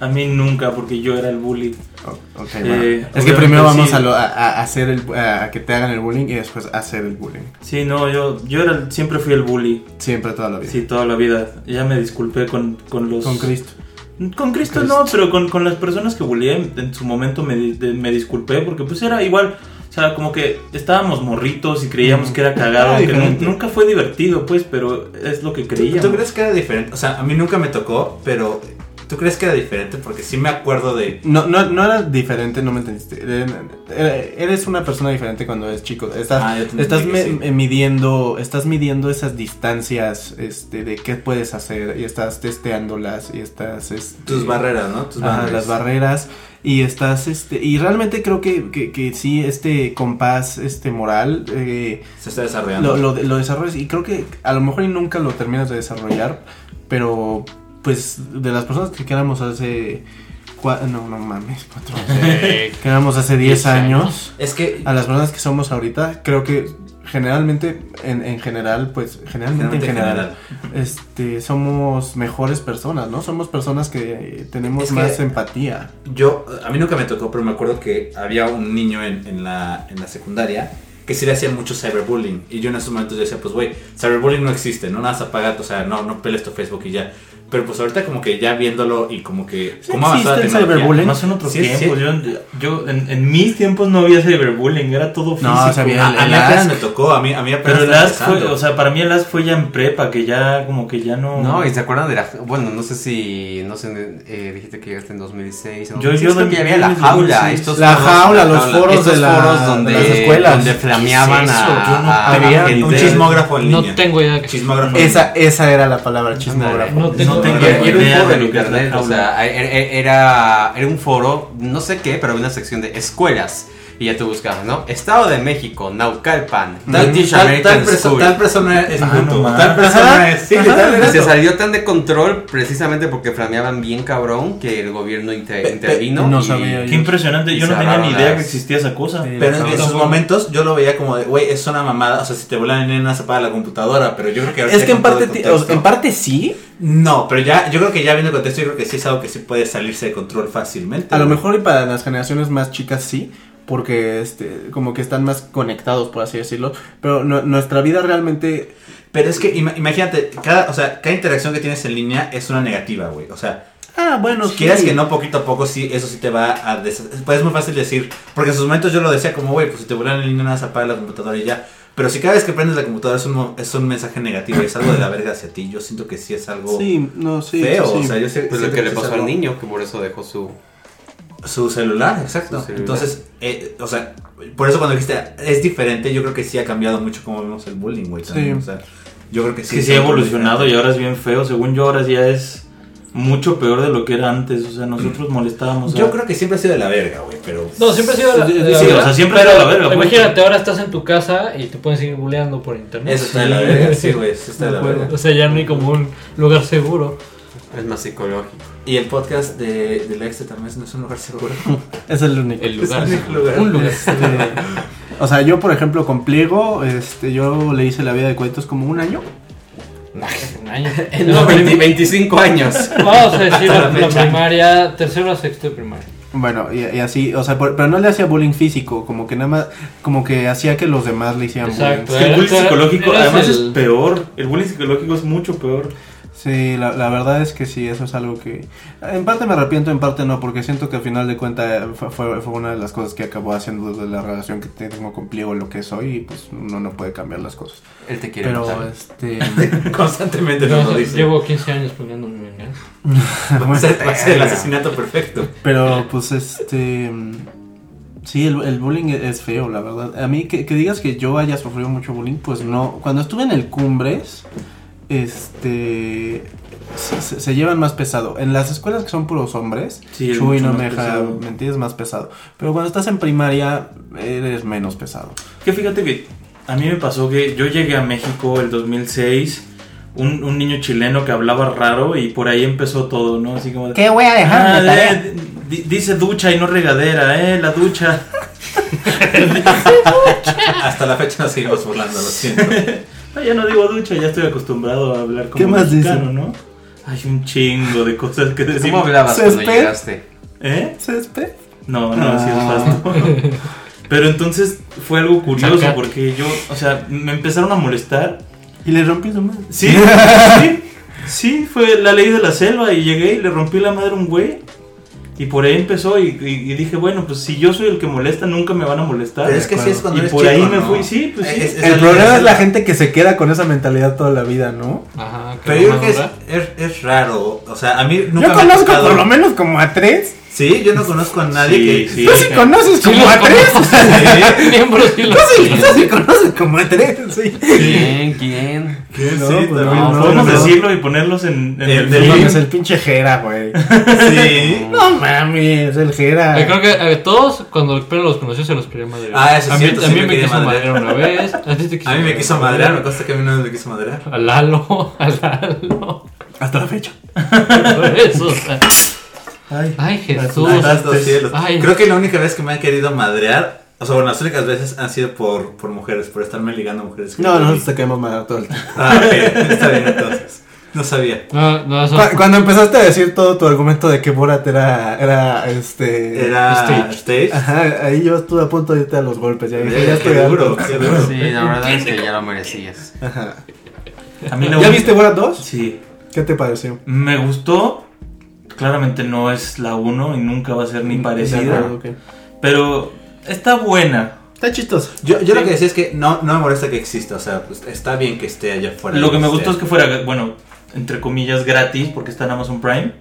Speaker 3: A mí nunca, porque yo era el bully.
Speaker 2: O- ok,
Speaker 3: Eh,
Speaker 2: bueno. Es que
Speaker 3: obviamente
Speaker 2: primero vamos
Speaker 3: sí.
Speaker 2: a, lo- a- a hacer el, a que te hagan el bullying y después hacer el bullying.
Speaker 3: Sí, no, yo, yo era, el- siempre fui el bully.
Speaker 2: Siempre toda la vida.
Speaker 3: Sí, toda la vida. Ya me disculpé con, con los.
Speaker 2: Con Cristo.
Speaker 3: Con Cristo
Speaker 2: Cristo.
Speaker 3: no, pero con, con las personas que bullié en su momento me, di- de- me disculpé porque pues era igual, o sea, como que estábamos morritos y creíamos que era cagado,
Speaker 2: Era
Speaker 3: que nu-
Speaker 2: diferente.
Speaker 3: nunca fue divertido pues, pero es lo que
Speaker 1: ¿Tú,
Speaker 3: creíamos.
Speaker 1: tú crees que era diferente? O sea, a mí nunca me tocó, pero ¿tú crees que era diferente? Porque sí me acuerdo de...
Speaker 2: No, no, no era diferente, no me entendiste. Era- era- Eres una persona diferente cuando eres chico. Estás,
Speaker 1: Ah, yo te entendí
Speaker 2: estás
Speaker 1: que
Speaker 2: me-
Speaker 1: sí.
Speaker 2: eh, midiendo, estás midiendo esas distancias, este, de qué puedes hacer y estás testeándolas y estás, este,
Speaker 1: Tus barreras, ¿no? Tus
Speaker 2: ajá, las barreras y estás, este, y realmente creo que, que, que sí este compás, este moral. eh,
Speaker 1: Se está desarrollando.
Speaker 2: lo, lo, lo desarrollas y creo que a lo mejor y nunca lo terminas de desarrollar, pero pues de las personas que quedamos hace... cua- no, no mames, cuatro. que éramos hace 10
Speaker 4: Diez años.
Speaker 2: años,
Speaker 1: Es que...
Speaker 2: a las personas que somos ahorita, creo que generalmente, en, en general, pues generalmente en
Speaker 1: Generalmente
Speaker 2: general,
Speaker 1: general.
Speaker 2: este somos mejores personas, ¿no? Somos personas que eh, tenemos
Speaker 1: Es que-
Speaker 2: más empatía.
Speaker 1: Yo, a mí nunca me tocó, pero me acuerdo que había un niño en, en la, en la secundaria que sí le hacían mucho cyberbullying. Y yo en esos momentos yo decía, pues güey, cyberbullying no existe, no nada se apaga, o sea, no, no peles tu Facebook y ya. Pero pues ahorita como que ya viéndolo y como que...
Speaker 2: Sí
Speaker 1: ¿Cómo ha avanzado la
Speaker 2: existe el
Speaker 1: tecnología?
Speaker 2: cyberbullying.
Speaker 3: Más en otros
Speaker 1: Sí,
Speaker 3: tiempos, yo, yo- en, en mis tiempos no había cyberbullying, era todo físico.
Speaker 2: o sea, había-
Speaker 1: A, a mí
Speaker 2: El
Speaker 1: apenas
Speaker 2: Ask.
Speaker 1: me tocó, a mí, a mí apenas
Speaker 3: pero el
Speaker 1: estaba
Speaker 3: as fue,
Speaker 1: empezando.
Speaker 3: o sea, para mí el as fue ya en prepa, que ya como que ya no...
Speaker 5: No, y se acuerdan de la. Bueno, no sé si. No sé, eh, dijiste que llegaste en 2006. ¿no?
Speaker 3: Yo-
Speaker 5: Sí,
Speaker 3: yo
Speaker 5: creo que
Speaker 3: de-
Speaker 5: había la
Speaker 3: de
Speaker 5: jaula.
Speaker 3: 2006.
Speaker 5: Estos
Speaker 2: La
Speaker 5: foros,
Speaker 2: jaula, los foros
Speaker 5: estos
Speaker 2: de la-
Speaker 5: foros donde,
Speaker 2: de las escuelas.
Speaker 5: Donde flameaban
Speaker 4: ¿Qué es
Speaker 5: a,
Speaker 4: eso? Yo no-
Speaker 5: a- a
Speaker 2: Había
Speaker 5: gente.
Speaker 1: un chismógrafo en
Speaker 4: No
Speaker 1: línea.
Speaker 4: tengo idea que
Speaker 1: Chismógrafo en
Speaker 2: Esa, esa era la palabra chismógrafo.
Speaker 4: No tengo
Speaker 3: No tengo
Speaker 1: idea.
Speaker 5: Era un
Speaker 3: idea
Speaker 5: foro
Speaker 3: de
Speaker 5: en
Speaker 3: lo que es la
Speaker 5: internet, o
Speaker 3: jaula.
Speaker 5: sea, er- er- era, era un foro, no sé qué, pero había una sección de escuelas. Y ya tú buscabas, ¿no? Estado de México, Naucalpan,
Speaker 1: Tal,
Speaker 5: British
Speaker 1: tal- tal
Speaker 5: American
Speaker 1: perso-
Speaker 5: School.
Speaker 1: tal persona es
Speaker 3: Ah,
Speaker 1: puto,
Speaker 3: no mames.
Speaker 1: tal persona es... Sí, literal,
Speaker 5: Y
Speaker 1: era
Speaker 5: se
Speaker 1: eso.
Speaker 5: salió tan de control precisamente porque flameaban bien cabrón que el gobierno inter-
Speaker 1: Pe- pe-
Speaker 5: intervino.
Speaker 2: no
Speaker 5: y-
Speaker 2: sabía yo.
Speaker 3: Qué impresionante,
Speaker 5: Y
Speaker 3: yo no
Speaker 5: se
Speaker 3: tenía ni
Speaker 5: agarraron
Speaker 3: idea
Speaker 5: las-
Speaker 3: que existía esa cosa.
Speaker 2: Sí.
Speaker 1: Pero en
Speaker 2: Ajá.
Speaker 1: esos momentos yo lo veía como de, güey, es una mamada. O sea, si te vuelan en una apaga la computadora, pero yo creo que ahorita
Speaker 2: Es que en
Speaker 1: con todo
Speaker 2: parte,
Speaker 1: el
Speaker 2: ti- o-
Speaker 1: contexto-
Speaker 2: en parte sí,
Speaker 1: No, pero ya, yo creo que ya viendo el contexto, yo creo que sí es algo que sí puede salirse de control fácilmente.
Speaker 2: A lo
Speaker 1: güey.
Speaker 2: mejor y para las generaciones más chicas sí, porque este, como que están más conectados, por así decirlo. Pero nu- nuestra vida realmente.
Speaker 1: Pero es que ima- imagínate, cada, o sea, cada interacción que tienes en línea es una negativa, güey. O sea,
Speaker 2: Ah, bueno, sí.
Speaker 1: quieras que no, poquito a poco sí, eso sí te va a des- Pues es muy fácil decir, porque en sus momentos yo lo decía como, güey, pues si te vuelan en línea nada se apaga la computadora y ya. Pero si cada vez que prendes la computadora es un, mo- es un mensaje negativo, es algo de la verga hacia ti, yo siento que sí es algo
Speaker 2: Sí, no, sí.
Speaker 1: feo.
Speaker 2: sí, sí.
Speaker 1: O sea, yo sé,
Speaker 5: Pues lo
Speaker 1: siento
Speaker 5: que le
Speaker 1: sí es
Speaker 5: pasó al
Speaker 1: algo-
Speaker 5: niño, que por eso dejó su.
Speaker 1: Su celular, exacto.
Speaker 5: Su celular.
Speaker 1: Entonces, eh, o sea, por eso cuando dijiste es diferente, yo creo que sí ha cambiado mucho cómo vemos el bullying, güey.
Speaker 2: Sí.
Speaker 1: también, O sea, yo creo que sí.
Speaker 3: que
Speaker 1: es
Speaker 3: sí ha
Speaker 1: algo
Speaker 3: evolucionado y
Speaker 1: diferente.
Speaker 3: ahora es bien feo. Según yo, ahora ya es mucho peor de lo que era antes. O sea, nosotros molestábamos. a-
Speaker 1: Yo creo que siempre ha sido de la verga, güey, pero.
Speaker 4: No, siempre ha sido la,
Speaker 2: Sí, sí,
Speaker 4: de la
Speaker 2: sí,
Speaker 4: verga,
Speaker 2: o
Speaker 3: sea, siempre ha
Speaker 4: pero
Speaker 3: sido la verga, punto.
Speaker 4: Imagínate, ahora estás en tu casa y te pueden seguir bulleando por internet.
Speaker 1: Eso está de la verga, sí, güey, eso está de la
Speaker 2: De acuerdo.
Speaker 1: verga.
Speaker 4: O sea, ya no hay como un lugar seguro.
Speaker 5: Es más psicológico.
Speaker 1: Y el podcast de, de la extra también no es un lugar seguro.
Speaker 2: Es el único.
Speaker 4: El lugar.
Speaker 1: Es el único lugar.
Speaker 4: Un lugar.
Speaker 2: Este, o sea, yo, por ejemplo, con Pliego, este, yo le hice la vida de cuentos como un año.
Speaker 4: Un año.
Speaker 5: No,
Speaker 4: No,
Speaker 5: 20
Speaker 4: prim-
Speaker 5: 25 años.
Speaker 4: Vamos a decir
Speaker 1: Hasta
Speaker 4: la,
Speaker 1: la
Speaker 4: la
Speaker 1: fecha.
Speaker 4: primaria, tercero a sexto de primaria.
Speaker 2: Bueno, y, y así, o sea, por- pero no le hacía bullying físico, como que nada más, como que hacía que los demás le hicieran
Speaker 4: Exacto.
Speaker 3: Es que el bullying
Speaker 4: Eres-
Speaker 3: psicológico,
Speaker 4: eres
Speaker 3: además,
Speaker 4: el-
Speaker 3: es peor. El bullying psicológico es mucho peor.
Speaker 2: bullying. Sí, la, la verdad es que sí, eso es algo que... En parte me arrepiento, en parte no, porque siento que al final de cuentas fue, fue- fue una de las cosas que acabó haciendo de la relación que tengo con Pliego, lo que soy, y pues uno no puede cambiar las cosas.
Speaker 5: Él te quiere
Speaker 2: Pero,
Speaker 5: matar.
Speaker 2: este...
Speaker 1: Constantemente
Speaker 4: No,
Speaker 1: nos lo
Speaker 4: o sea,
Speaker 1: dice.
Speaker 4: llevo 15 años planeando mi venganza.
Speaker 1: Va a ser- va a ser el
Speaker 5: Verga.
Speaker 1: asesinato perfecto.
Speaker 2: Pero pues este... mm, Sí, el, el bullying e- es feo, la verdad. A mí que, que digas que yo haya sufrido mucho bullying, pues no. Cuando estuve en el Cumbres, este... Se, se- se llevan más pesado. En las escuelas que son puros hombres,
Speaker 3: Sí, es
Speaker 2: Chuy
Speaker 3: mucho
Speaker 2: no
Speaker 3: más
Speaker 2: me deja
Speaker 3: pesado.
Speaker 2: mentir, es más pesado. Pero cuando estás en primaria, eres menos pesado.
Speaker 3: Que fíjate que a mí me pasó que yo llegué a México el 2006, un, un niño chileno que hablaba raro y por ahí empezó todo, ¿no? Así como... de,
Speaker 5: ¿Qué voy a dejar
Speaker 3: "Ah,
Speaker 5: en la
Speaker 3: eh,
Speaker 5: tarea?
Speaker 3: di- dice ducha y no regadera, ¿eh? La ducha.
Speaker 1: Hasta la fecha nos seguimos burlando, lo siento.
Speaker 3: No, Ah, ya no digo ducha, ya estoy acostumbrado a hablar como
Speaker 2: ¿Qué más
Speaker 3: mexicano,
Speaker 2: dice?
Speaker 3: ¿no? Hay un chingo de cosas que
Speaker 5: ¿Cómo
Speaker 3: decimos.
Speaker 5: hablabas cuando
Speaker 2: ¿Césped?
Speaker 5: llegaste?
Speaker 3: ¿Eh?
Speaker 2: ¿Césped?
Speaker 3: No, no, sí es
Speaker 2: Ah.
Speaker 3: pasto. Pero entonces fue algo curioso
Speaker 4: Zacate.
Speaker 3: porque yo, o sea, me empezaron a molestar
Speaker 2: Y le rompí su mano.
Speaker 3: Sí, sí, sí, fue la ley de la selva y llegué y le rompí la madre a un güey. Y por ahí empezó y, y- y dije, bueno, pues si yo soy el que molesta, nunca me van a molestar.
Speaker 1: Pero es que
Speaker 2: acuerdo.
Speaker 1: sí es cuando
Speaker 3: Y
Speaker 1: eres
Speaker 3: por
Speaker 1: chico,
Speaker 3: ahí me
Speaker 1: ¿no?
Speaker 3: fui, sí, pues sí.
Speaker 1: Es- es
Speaker 2: El problema es la
Speaker 1: gente.
Speaker 2: gente que se queda con esa mentalidad toda la vida, ¿no?
Speaker 5: Ajá,
Speaker 1: Pero yo creo que es, es, es raro. O sea, a mí nunca
Speaker 2: yo
Speaker 1: me ha
Speaker 2: conozco
Speaker 1: tocado-
Speaker 2: por lo menos como a tres.
Speaker 1: Sí, yo no conozco a nadie
Speaker 3: Sí,
Speaker 1: que.
Speaker 3: sí.
Speaker 2: ¿Tú sí conoces
Speaker 4: Sí,
Speaker 2: como
Speaker 4: los
Speaker 2: a tres?
Speaker 4: conozco.
Speaker 1: Sí.
Speaker 4: Miembros y
Speaker 2: ¿Tú
Speaker 4: los
Speaker 2: sí, tú sí conoces como a tres? Sí.
Speaker 5: ¿Quién? ¿Quién?
Speaker 1: Sí,
Speaker 2: No,
Speaker 1: sí,
Speaker 2: pues
Speaker 1: también,
Speaker 2: no,
Speaker 1: no,
Speaker 3: Podemos
Speaker 1: no.
Speaker 3: decirlo y ponerlos en, en
Speaker 1: Eh,
Speaker 3: el
Speaker 1: de-
Speaker 2: No
Speaker 3: film.
Speaker 2: mames, el pinche Jera, güey.
Speaker 1: Sí.
Speaker 2: No mames, el Jera.
Speaker 4: Yo Eh, creo que a todos, cuando el perro los conoció, se los quería madrear.
Speaker 1: Ah, eso es
Speaker 4: a mí,
Speaker 1: cierto,
Speaker 4: a
Speaker 1: sí
Speaker 4: mí
Speaker 1: me
Speaker 4: me
Speaker 1: quería
Speaker 4: quiso madrear
Speaker 1: madrear.
Speaker 4: una vez. A ti te quiso
Speaker 1: A mí me quiso madrear, me consta que a mí no me quiso madrear.
Speaker 4: A Lalo, a Lalo.
Speaker 2: Hasta la fecha.
Speaker 4: Por eso, o sea,
Speaker 2: Ay.
Speaker 4: Ay, Jesús.
Speaker 1: Ay, santos cielos.
Speaker 4: Ay.
Speaker 1: Creo que la única vez que me han querido madrear, o sea, bueno, las únicas veces han sido por, por mujeres, por estarme ligando a mujeres. que
Speaker 2: No, nosotros
Speaker 1: vi.
Speaker 2: te queremos mal todo el tiempo.
Speaker 1: Ah, ok, está bien entonces. No sabía.
Speaker 4: No, no, eso.
Speaker 2: Cu- Cuando empezaste a decir todo tu argumento de que Borat era, era, este...
Speaker 1: Era
Speaker 4: Stage.
Speaker 1: stage.
Speaker 2: Ajá, ahí yo estuve a punto de irte a los golpes. Ya, dije, ya
Speaker 1: Eh, Qué
Speaker 2: estoy
Speaker 1: duro,
Speaker 2: duro.
Speaker 1: qué duro.
Speaker 5: Sí, la verdad es que ya lo merecías.
Speaker 2: Ajá.
Speaker 3: A mí la
Speaker 2: ¿Ya
Speaker 3: uni-
Speaker 2: viste Borat 2?
Speaker 3: Sí.
Speaker 2: ¿Qué te pareció?
Speaker 3: Me gustó. Claramente no es la 1 y nunca va a ser
Speaker 1: Mm,
Speaker 3: ni
Speaker 2: De acuerdo,
Speaker 3: parecida.
Speaker 2: ok.
Speaker 3: Pero está buena.
Speaker 2: Está chistoso.
Speaker 1: Yo, yo lo
Speaker 3: Sí.
Speaker 1: que decía es que no, no me molesta que exista, o sea, pues, está bien que esté allá afuera.
Speaker 3: Lo que me
Speaker 1: esté.
Speaker 3: gustó es que fuera, bueno, entre comillas, gratis porque está en Amazon Prime.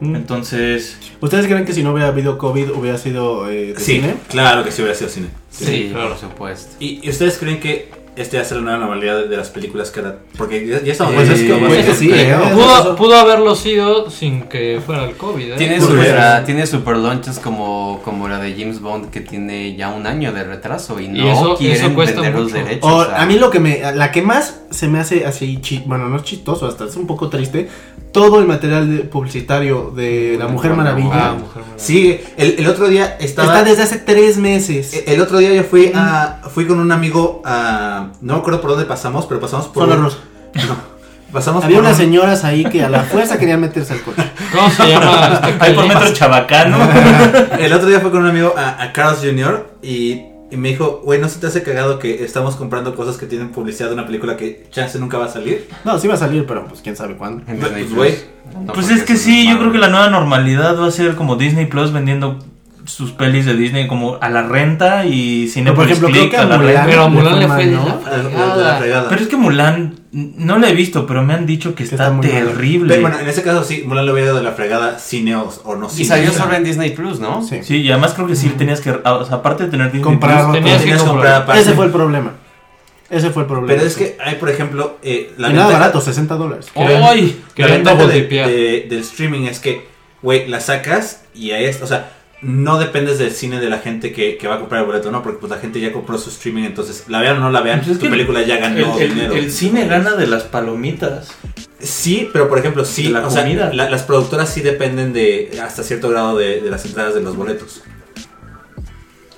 Speaker 3: Mm. Entonces,
Speaker 2: ¿Ustedes creen que si no hubiera habido COVID hubiera sido eh, de
Speaker 1: Sí,
Speaker 2: cine?
Speaker 1: claro que sí hubiera sido cine.
Speaker 5: Sí, por supuesto.
Speaker 1: ¿Y, y ustedes creen que este va a ser la nueva normalidad de, de las películas que ahora- Porque ya, ya estamos
Speaker 5: Eh,
Speaker 1: más
Speaker 5: pues es que-
Speaker 1: más-
Speaker 5: pues
Speaker 2: sí, ¿eh?
Speaker 4: Pudo, pudo haberlo sido sin que fuera el COVID. ¿eh?
Speaker 5: Tiene
Speaker 1: Pues
Speaker 5: super,
Speaker 1: verás.
Speaker 5: ah, tiene super lonchas como, como la de James Bond que tiene ya un año de retraso y no
Speaker 4: eso-
Speaker 5: quieren
Speaker 4: eso cuesta
Speaker 5: vender los
Speaker 4: mucho.
Speaker 5: derechos.
Speaker 2: O,
Speaker 5: o sea,
Speaker 2: Oh, a mí lo que me. La que más se me hace así. chi- bueno, no es chistoso, hasta es un poco triste. Todo el material de- publicitario de La Mujer Maravilla
Speaker 5: Ah,
Speaker 1: Sí, el, el otro día estaba... Eh, e,
Speaker 2: está desde hace tres meses.
Speaker 1: El otro día yo fui a, fui con un amigo a... No me acuerdo por dónde pasamos, pero pasamos por...
Speaker 2: Solo
Speaker 1: un-
Speaker 2: los-
Speaker 1: No, pasamos
Speaker 2: Había
Speaker 1: por...
Speaker 2: unas
Speaker 1: un-
Speaker 2: señoras ahí que a la fuerza querían meterse al coche.
Speaker 4: ¿Cómo se llama? este
Speaker 3: Hay por
Speaker 4: calle?
Speaker 3: metro chabacano.
Speaker 1: El otro día fui con un amigo a, a Carlos Jr. Y, y me dijo, güey, ¿no se te hace cagado que estamos comprando cosas que tienen publicidad de una película que chance nunca va a salir?
Speaker 2: No, sí va a salir, pero pues quién sabe cuándo.
Speaker 5: en
Speaker 1: Pues,
Speaker 5: Disney
Speaker 1: güey.
Speaker 5: Plus. No,
Speaker 3: Pues
Speaker 5: porque
Speaker 3: es que
Speaker 5: eso
Speaker 3: sí,
Speaker 5: no
Speaker 3: yo creo que la
Speaker 5: mames.
Speaker 3: nueva normalidad va a ser como Disney Plus vendiendo sus pelis de Disney como a la renta y
Speaker 2: Pero, por
Speaker 3: Cinepolis
Speaker 2: ejemplo, creo
Speaker 3: Click
Speaker 2: que
Speaker 3: a
Speaker 2: a
Speaker 3: la renta.
Speaker 2: Mulan,
Speaker 4: Pero a Mulan
Speaker 2: le
Speaker 4: le
Speaker 2: fue
Speaker 4: fue de
Speaker 2: mal,
Speaker 4: la
Speaker 2: ¿no?
Speaker 1: A la- a la
Speaker 4: fregada.
Speaker 1: fregada.
Speaker 3: Pero es que Mulan, no la he visto, pero me han dicho que
Speaker 2: Que
Speaker 3: está,
Speaker 2: está muy mala.
Speaker 3: terrible.
Speaker 1: Pero bueno, en ese caso sí, Mulan le hubiera dado de la fregada cine o, o no
Speaker 5: Y
Speaker 1: cine.
Speaker 5: salió solo en Disney Plus, ¿no?
Speaker 2: Sí.
Speaker 3: Sí, y además creo que sí tenías que, ah, o sea, aparte de tener Disney
Speaker 2: Comprar
Speaker 3: Plus,
Speaker 4: Tenías que
Speaker 1: Tenías que
Speaker 4: comprar.
Speaker 1: comprar aparte.
Speaker 2: Ese fue el problema. Ese fue el problema.
Speaker 1: Pero es que hay, por ejemplo, eh, la
Speaker 2: Y nada
Speaker 1: ventaja-
Speaker 2: barato, 60 dólares.
Speaker 1: Querían-
Speaker 4: ¡Ay!
Speaker 1: La
Speaker 4: Queriendo
Speaker 1: ventaja de-
Speaker 4: voltipear.
Speaker 1: de- del streaming es que, güey, la sacas y ahí es, o sea, no dependes del cine de la gente que, que va a comprar el boleto, ¿no? Porque pues la gente ya compró su streaming, entonces la vean o no la vean,
Speaker 3: Pues es
Speaker 1: tu
Speaker 3: que
Speaker 1: película ya
Speaker 3: el,
Speaker 1: ganó
Speaker 3: el-
Speaker 1: dinero.
Speaker 3: el cine gana de las palomitas.
Speaker 1: Sí, pero por ejemplo, sí,
Speaker 3: De la
Speaker 1: o sea,
Speaker 3: comida.
Speaker 1: la- las productoras sí dependen de hasta cierto grado de, de las entradas de los boletos.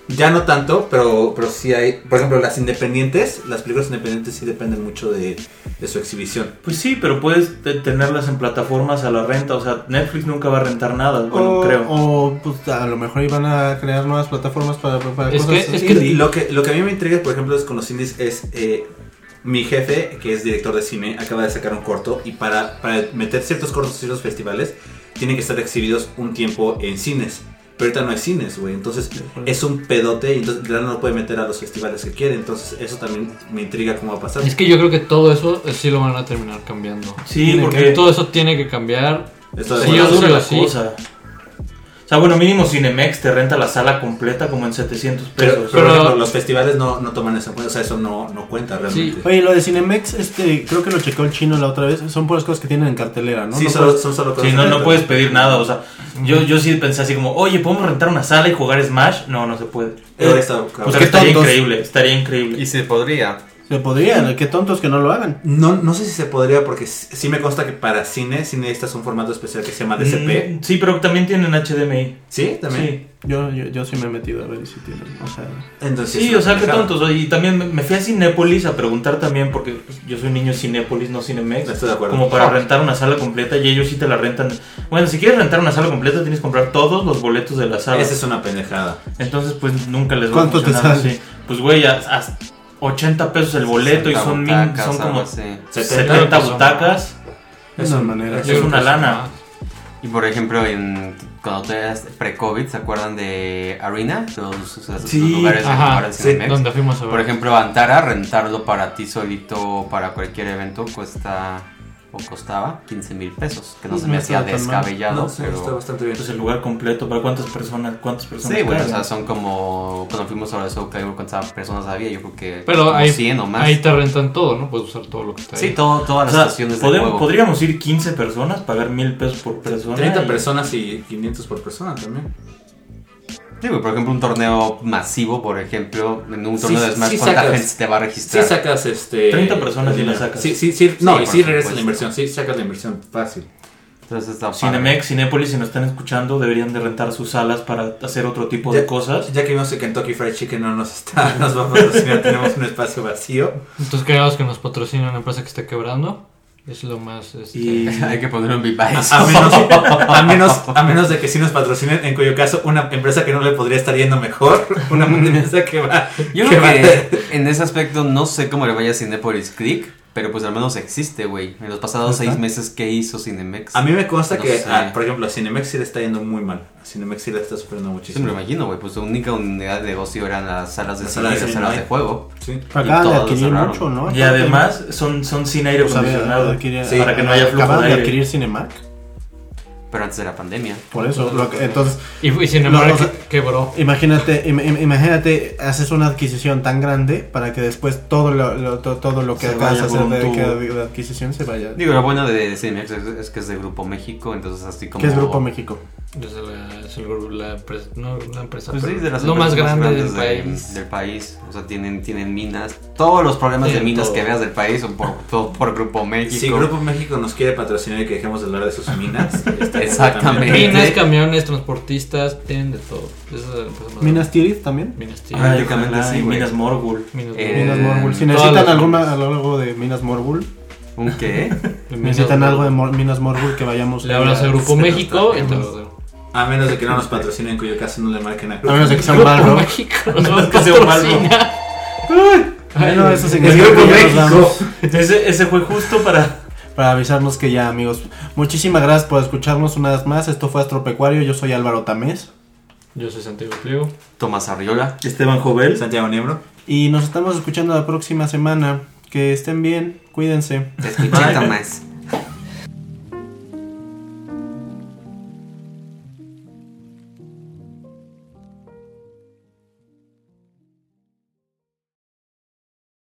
Speaker 1: Ya no tanto, pero, pero sí hay, por ejemplo, las independientes, las películas independientes sí dependen mucho de, de su exhibición.
Speaker 3: Pues sí, pero puedes te- tenerlas en plataformas a la renta, o sea, Netflix nunca va a rentar nada, bueno,
Speaker 1: Oh,
Speaker 2: o,
Speaker 3: creo.
Speaker 2: o, pues, a lo mejor iban a crear nuevas plataformas para, para
Speaker 4: Es
Speaker 2: cosas
Speaker 4: que- es
Speaker 2: así.
Speaker 1: Y lo que, lo que a mí me intriga, por ejemplo, es con los indies es eh, Mi jefe, que es director de cine, acaba de sacar un corto y para, para meter ciertos cortos en ciertos festivales, tienen que estar exhibidos un tiempo en cines. Pero ahorita no hay cines, güey. Entonces es un pedote y entonces de verdad, no lo puede meter a los festivales que quiere. Entonces eso también me intriga cómo va a pasar.
Speaker 4: Es que yo creo que todo eso eh, sí lo van a terminar cambiando.
Speaker 3: Sí,
Speaker 4: Porque
Speaker 3: porque
Speaker 4: todo eso tiene que cambiar.
Speaker 1: Esto de
Speaker 4: Sí,
Speaker 3: sí,
Speaker 4: yo
Speaker 1: verdad.
Speaker 4: duro,
Speaker 3: la
Speaker 4: sí.
Speaker 3: cosa. O sea, bueno, mínimo Cinemex te renta la sala completa como en 700
Speaker 1: pero,
Speaker 3: pesos.
Speaker 1: pero, por
Speaker 4: Pero-
Speaker 1: ejemplo, los festivales no, no toman eso en cuenta. O sea, eso no, no cuenta realmente.
Speaker 2: Oye, lo de Cinemex, este, creo que lo checó el chino la otra vez. Son puras cosas que tienen en cartelera, ¿no?
Speaker 1: Sí,
Speaker 2: No
Speaker 1: solo,
Speaker 2: puedes-
Speaker 1: son solo
Speaker 3: Sí,
Speaker 1: cosas
Speaker 3: no,
Speaker 1: de-
Speaker 3: no puedes pedir nada, o sea, yo, yo sí pensé así como, oye, ¿podemos rentar una sala y jugar Smash? No, no se puede.
Speaker 1: Eh, está
Speaker 3: O
Speaker 1: cabrón.
Speaker 3: sea,
Speaker 2: qué
Speaker 3: estaría
Speaker 2: tontos.
Speaker 3: increíble, estaría increíble.
Speaker 5: Y se podría.
Speaker 2: Se podría, qué tontos que no lo hagan.
Speaker 1: No, no sé si se podría, porque s- sí me consta que para cine, cine necesitas un formato especial que se llama DCP.
Speaker 3: Mm, Sí, pero también tienen HDMI.
Speaker 1: ¿Sí? También.
Speaker 3: Sí.
Speaker 2: Yo, yo, yo sí me he metido a ver si tienen. O sea,
Speaker 1: Entonces,
Speaker 3: Sí,
Speaker 1: es
Speaker 3: o sea,
Speaker 1: una
Speaker 3: qué
Speaker 1: pendejada.
Speaker 3: tontos. oye, Y también me- me fui a Cinépolis a preguntar también, porque pues, yo soy niño de Cinépolis, no Cinemex.
Speaker 1: Estoy de acuerdo.
Speaker 3: Como para rentar una sala completa y ellos sí te la rentan. Bueno, si quieres rentar una sala completa tienes que comprar todos los boletos de la sala.
Speaker 1: Ah, Esa es una pendejada.
Speaker 3: Entonces pues nunca les va a
Speaker 2: ¿Cuánto te
Speaker 3: funcionar
Speaker 2: sale?
Speaker 3: así. Pues güey, a, a 80 pesos el boleto y
Speaker 5: 60
Speaker 3: son, min-
Speaker 5: butacas,
Speaker 3: son
Speaker 5: algo
Speaker 3: como
Speaker 5: así.
Speaker 1: 70
Speaker 3: 70
Speaker 4: pesos.
Speaker 3: butacas.
Speaker 2: Pues es una manera.
Speaker 3: Es una lana.
Speaker 5: Y por ejemplo, en, cuando tú eras pre-COVID, ¿se acuerdan de Arena? Los, los- los
Speaker 3: Sí,
Speaker 5: lugares
Speaker 4: ajá,
Speaker 5: que ahora en
Speaker 1: sí,
Speaker 5: Cinemex.
Speaker 4: Donde fuimos a ver.
Speaker 5: Por ejemplo, Antara, rentarlo para ti solito o para cualquier evento cuesta o costaba 15 mil pesos, que no se
Speaker 2: No
Speaker 5: me hacía
Speaker 2: está tan mal.
Speaker 5: descabellado,
Speaker 1: No, sí, está
Speaker 5: pero...
Speaker 1: bastante bien.
Speaker 3: Pues el lugar completo, ¿para cuántas personas? ¿Cuántas personas?
Speaker 5: Sí, bueno, o
Speaker 3: caben?
Speaker 5: sea, son como... Cuando fuimos a la Soul Calibur, ¿cuántas personas había? Yo creo que
Speaker 4: Pero
Speaker 5: como
Speaker 4: ahí,
Speaker 5: 100 o más.
Speaker 4: ahí te rentan todo, ¿no? Puedes usar todo lo que está
Speaker 5: Sí,
Speaker 4: ahí.
Speaker 5: todo, todas
Speaker 3: O
Speaker 5: las
Speaker 3: sea,
Speaker 5: estaciones de
Speaker 3: podemos-
Speaker 5: juego.
Speaker 3: podríamos ir 15 personas, pagar mil pesos por persona.
Speaker 1: 30
Speaker 3: y-
Speaker 1: personas y 500 por persona también.
Speaker 5: Sí, güey, por ejemplo, un torneo masivo, por ejemplo, en un
Speaker 1: Sí,
Speaker 5: torneo de
Speaker 1: sí,
Speaker 5: Smash,
Speaker 1: sí
Speaker 5: ¿cuánta
Speaker 1: sacas.
Speaker 5: gente te va a
Speaker 1: Sí
Speaker 5: registrar?
Speaker 1: sacas este...
Speaker 3: 30 personas sí las
Speaker 1: dinero.
Speaker 3: sacas.
Speaker 1: Sí, sí, sí. No,
Speaker 5: Sí,
Speaker 1: y
Speaker 5: por
Speaker 1: sí regresas
Speaker 5: supuesto.
Speaker 1: la inversión. Sí, sacas la inversión. Fácil.
Speaker 5: Entonces está padre.
Speaker 3: Cinemex, Cinépolis, si nos están escuchando, deberían de rentar sus salas para hacer otro tipo de
Speaker 1: Ya-
Speaker 3: cosas.
Speaker 1: Ya que vimos que Kentucky Fried Chicken no nos está... Nos va a patrocinar. tenemos un espacio vacío.
Speaker 4: Entonces queremos que nos patrocine una empresa que esté quebrando. Es lo más. Este...
Speaker 3: Y
Speaker 5: Hay que poner un bipaís.
Speaker 1: A menos, a, menos, a menos de que sí nos patrocinen, en cuyo caso una empresa que no le podría estar yendo mejor, una empresa que va...
Speaker 5: Yo
Speaker 1: que
Speaker 5: creo
Speaker 1: va-
Speaker 5: que en ese aspecto no sé cómo le vaya a Cinepolis Click, pero pues al menos existe, güey. En los pasados seis meses que hizo Cinemex.
Speaker 1: A mí me consta
Speaker 5: No
Speaker 1: que,
Speaker 5: sé.
Speaker 1: ah, por ejemplo, a Cinemex sí le está yendo muy mal. A Cinemex sí le está sufriendo
Speaker 5: Sí, me
Speaker 1: muchísimo.
Speaker 5: lo imagino, güey. Pues su única unidad de negocio eran las salas de
Speaker 1: Las
Speaker 5: cine y
Speaker 1: salas
Speaker 5: las
Speaker 1: de
Speaker 5: salas
Speaker 1: cine.
Speaker 5: de juego.
Speaker 1: Sí.
Speaker 2: Acaban de
Speaker 5: todos
Speaker 2: adquirir
Speaker 5: cerraron.
Speaker 2: mucho, ¿no? Pues,
Speaker 3: y además son, son sin aire
Speaker 2: O sea,
Speaker 3: acondicionado.
Speaker 2: adquirir-
Speaker 1: Sí,
Speaker 3: para que no haya flujo
Speaker 2: acaban
Speaker 3: de
Speaker 2: de
Speaker 3: aire. Ah,
Speaker 2: adquirir Cinemark.
Speaker 5: Pero antes de la pandemia.
Speaker 2: Por eso. lo que- entonces,
Speaker 4: Y, y sin
Speaker 2: Lo-
Speaker 4: embargo,
Speaker 2: o sea-
Speaker 4: que- quebró.
Speaker 2: imagínate, im- im- imagínate, haces una adquisición tan grande para que después todo lo, lo- to- todo lo que
Speaker 3: Se
Speaker 2: acabas de
Speaker 3: vaya
Speaker 2: hacer
Speaker 3: por un
Speaker 2: de,
Speaker 3: tubo.
Speaker 2: de- de adquisición se vaya.
Speaker 5: Digo, lo bueno de Cinemex es, es que es de Grupo México, entonces así como.
Speaker 2: ¿Qué es Grupo México?
Speaker 4: Desde la, es el grupo, la empresa. No, la empresa.
Speaker 5: Pues sí,
Speaker 4: pero
Speaker 5: de las
Speaker 4: lo más
Speaker 5: empresas
Speaker 4: grande del
Speaker 5: grandes de-
Speaker 4: país.
Speaker 5: del país. O sea, tienen, tienen minas. Todos los problemas
Speaker 4: Sí,
Speaker 5: de minas
Speaker 4: todo.
Speaker 5: que veas del país son por, todo por Grupo México.
Speaker 1: Si Grupo México nos quiere patrocinar y que dejemos de hablar de sus minas, está
Speaker 5: Exactamente.
Speaker 1: completamente-
Speaker 4: Minas, camiones, transportistas, tienen de todo. Esa es la empresa más
Speaker 2: ¿Minas
Speaker 4: grande.
Speaker 2: Tirith también?
Speaker 4: Minas tío.
Speaker 3: Ay,
Speaker 5: Prácticamente
Speaker 3: ojalá,
Speaker 5: sí,
Speaker 3: y
Speaker 5: güey.
Speaker 3: Minas Morgul.
Speaker 4: Minas,
Speaker 5: Ah, Eh,
Speaker 2: Minas Morbul. Si
Speaker 4: todas
Speaker 2: necesitan
Speaker 4: las-
Speaker 2: alguna, algo de Minas Morbul,
Speaker 5: ¿Un qué?
Speaker 2: necesitan algo de Mor- Minas Morbul que vayamos
Speaker 4: Le hablas a Grupo
Speaker 1: Se nos
Speaker 4: México y te
Speaker 1: traemos.
Speaker 4: lo doy.
Speaker 1: A menos de que no nos patrocinen, en cuyo caso no le marquen a Grupo
Speaker 2: A menos de que sea un
Speaker 4: Grupo
Speaker 2: barro.
Speaker 4: México.
Speaker 3: menos
Speaker 4: No,
Speaker 3: que
Speaker 4: que
Speaker 3: sea
Speaker 4: sea
Speaker 3: un
Speaker 2: Bueno, eso
Speaker 1: Es
Speaker 2: significa
Speaker 1: Grupo
Speaker 2: que ya nos vamos.
Speaker 1: México.
Speaker 3: Ese, ese fue justo para.
Speaker 2: para avisarnos que ya, amigos. Muchísimas gracias por escucharnos una vez más. Esto fue Astropecuario. Yo soy Álvaro Tamés.
Speaker 4: Yo soy Santiago Pliego.
Speaker 5: Tomás Arriola.
Speaker 3: Esteban Jovel.
Speaker 1: Santiago Niebro.
Speaker 2: Y nos estamos escuchando la próxima semana. Que estén bien. Cuídense.
Speaker 5: Te escuché, Tomás.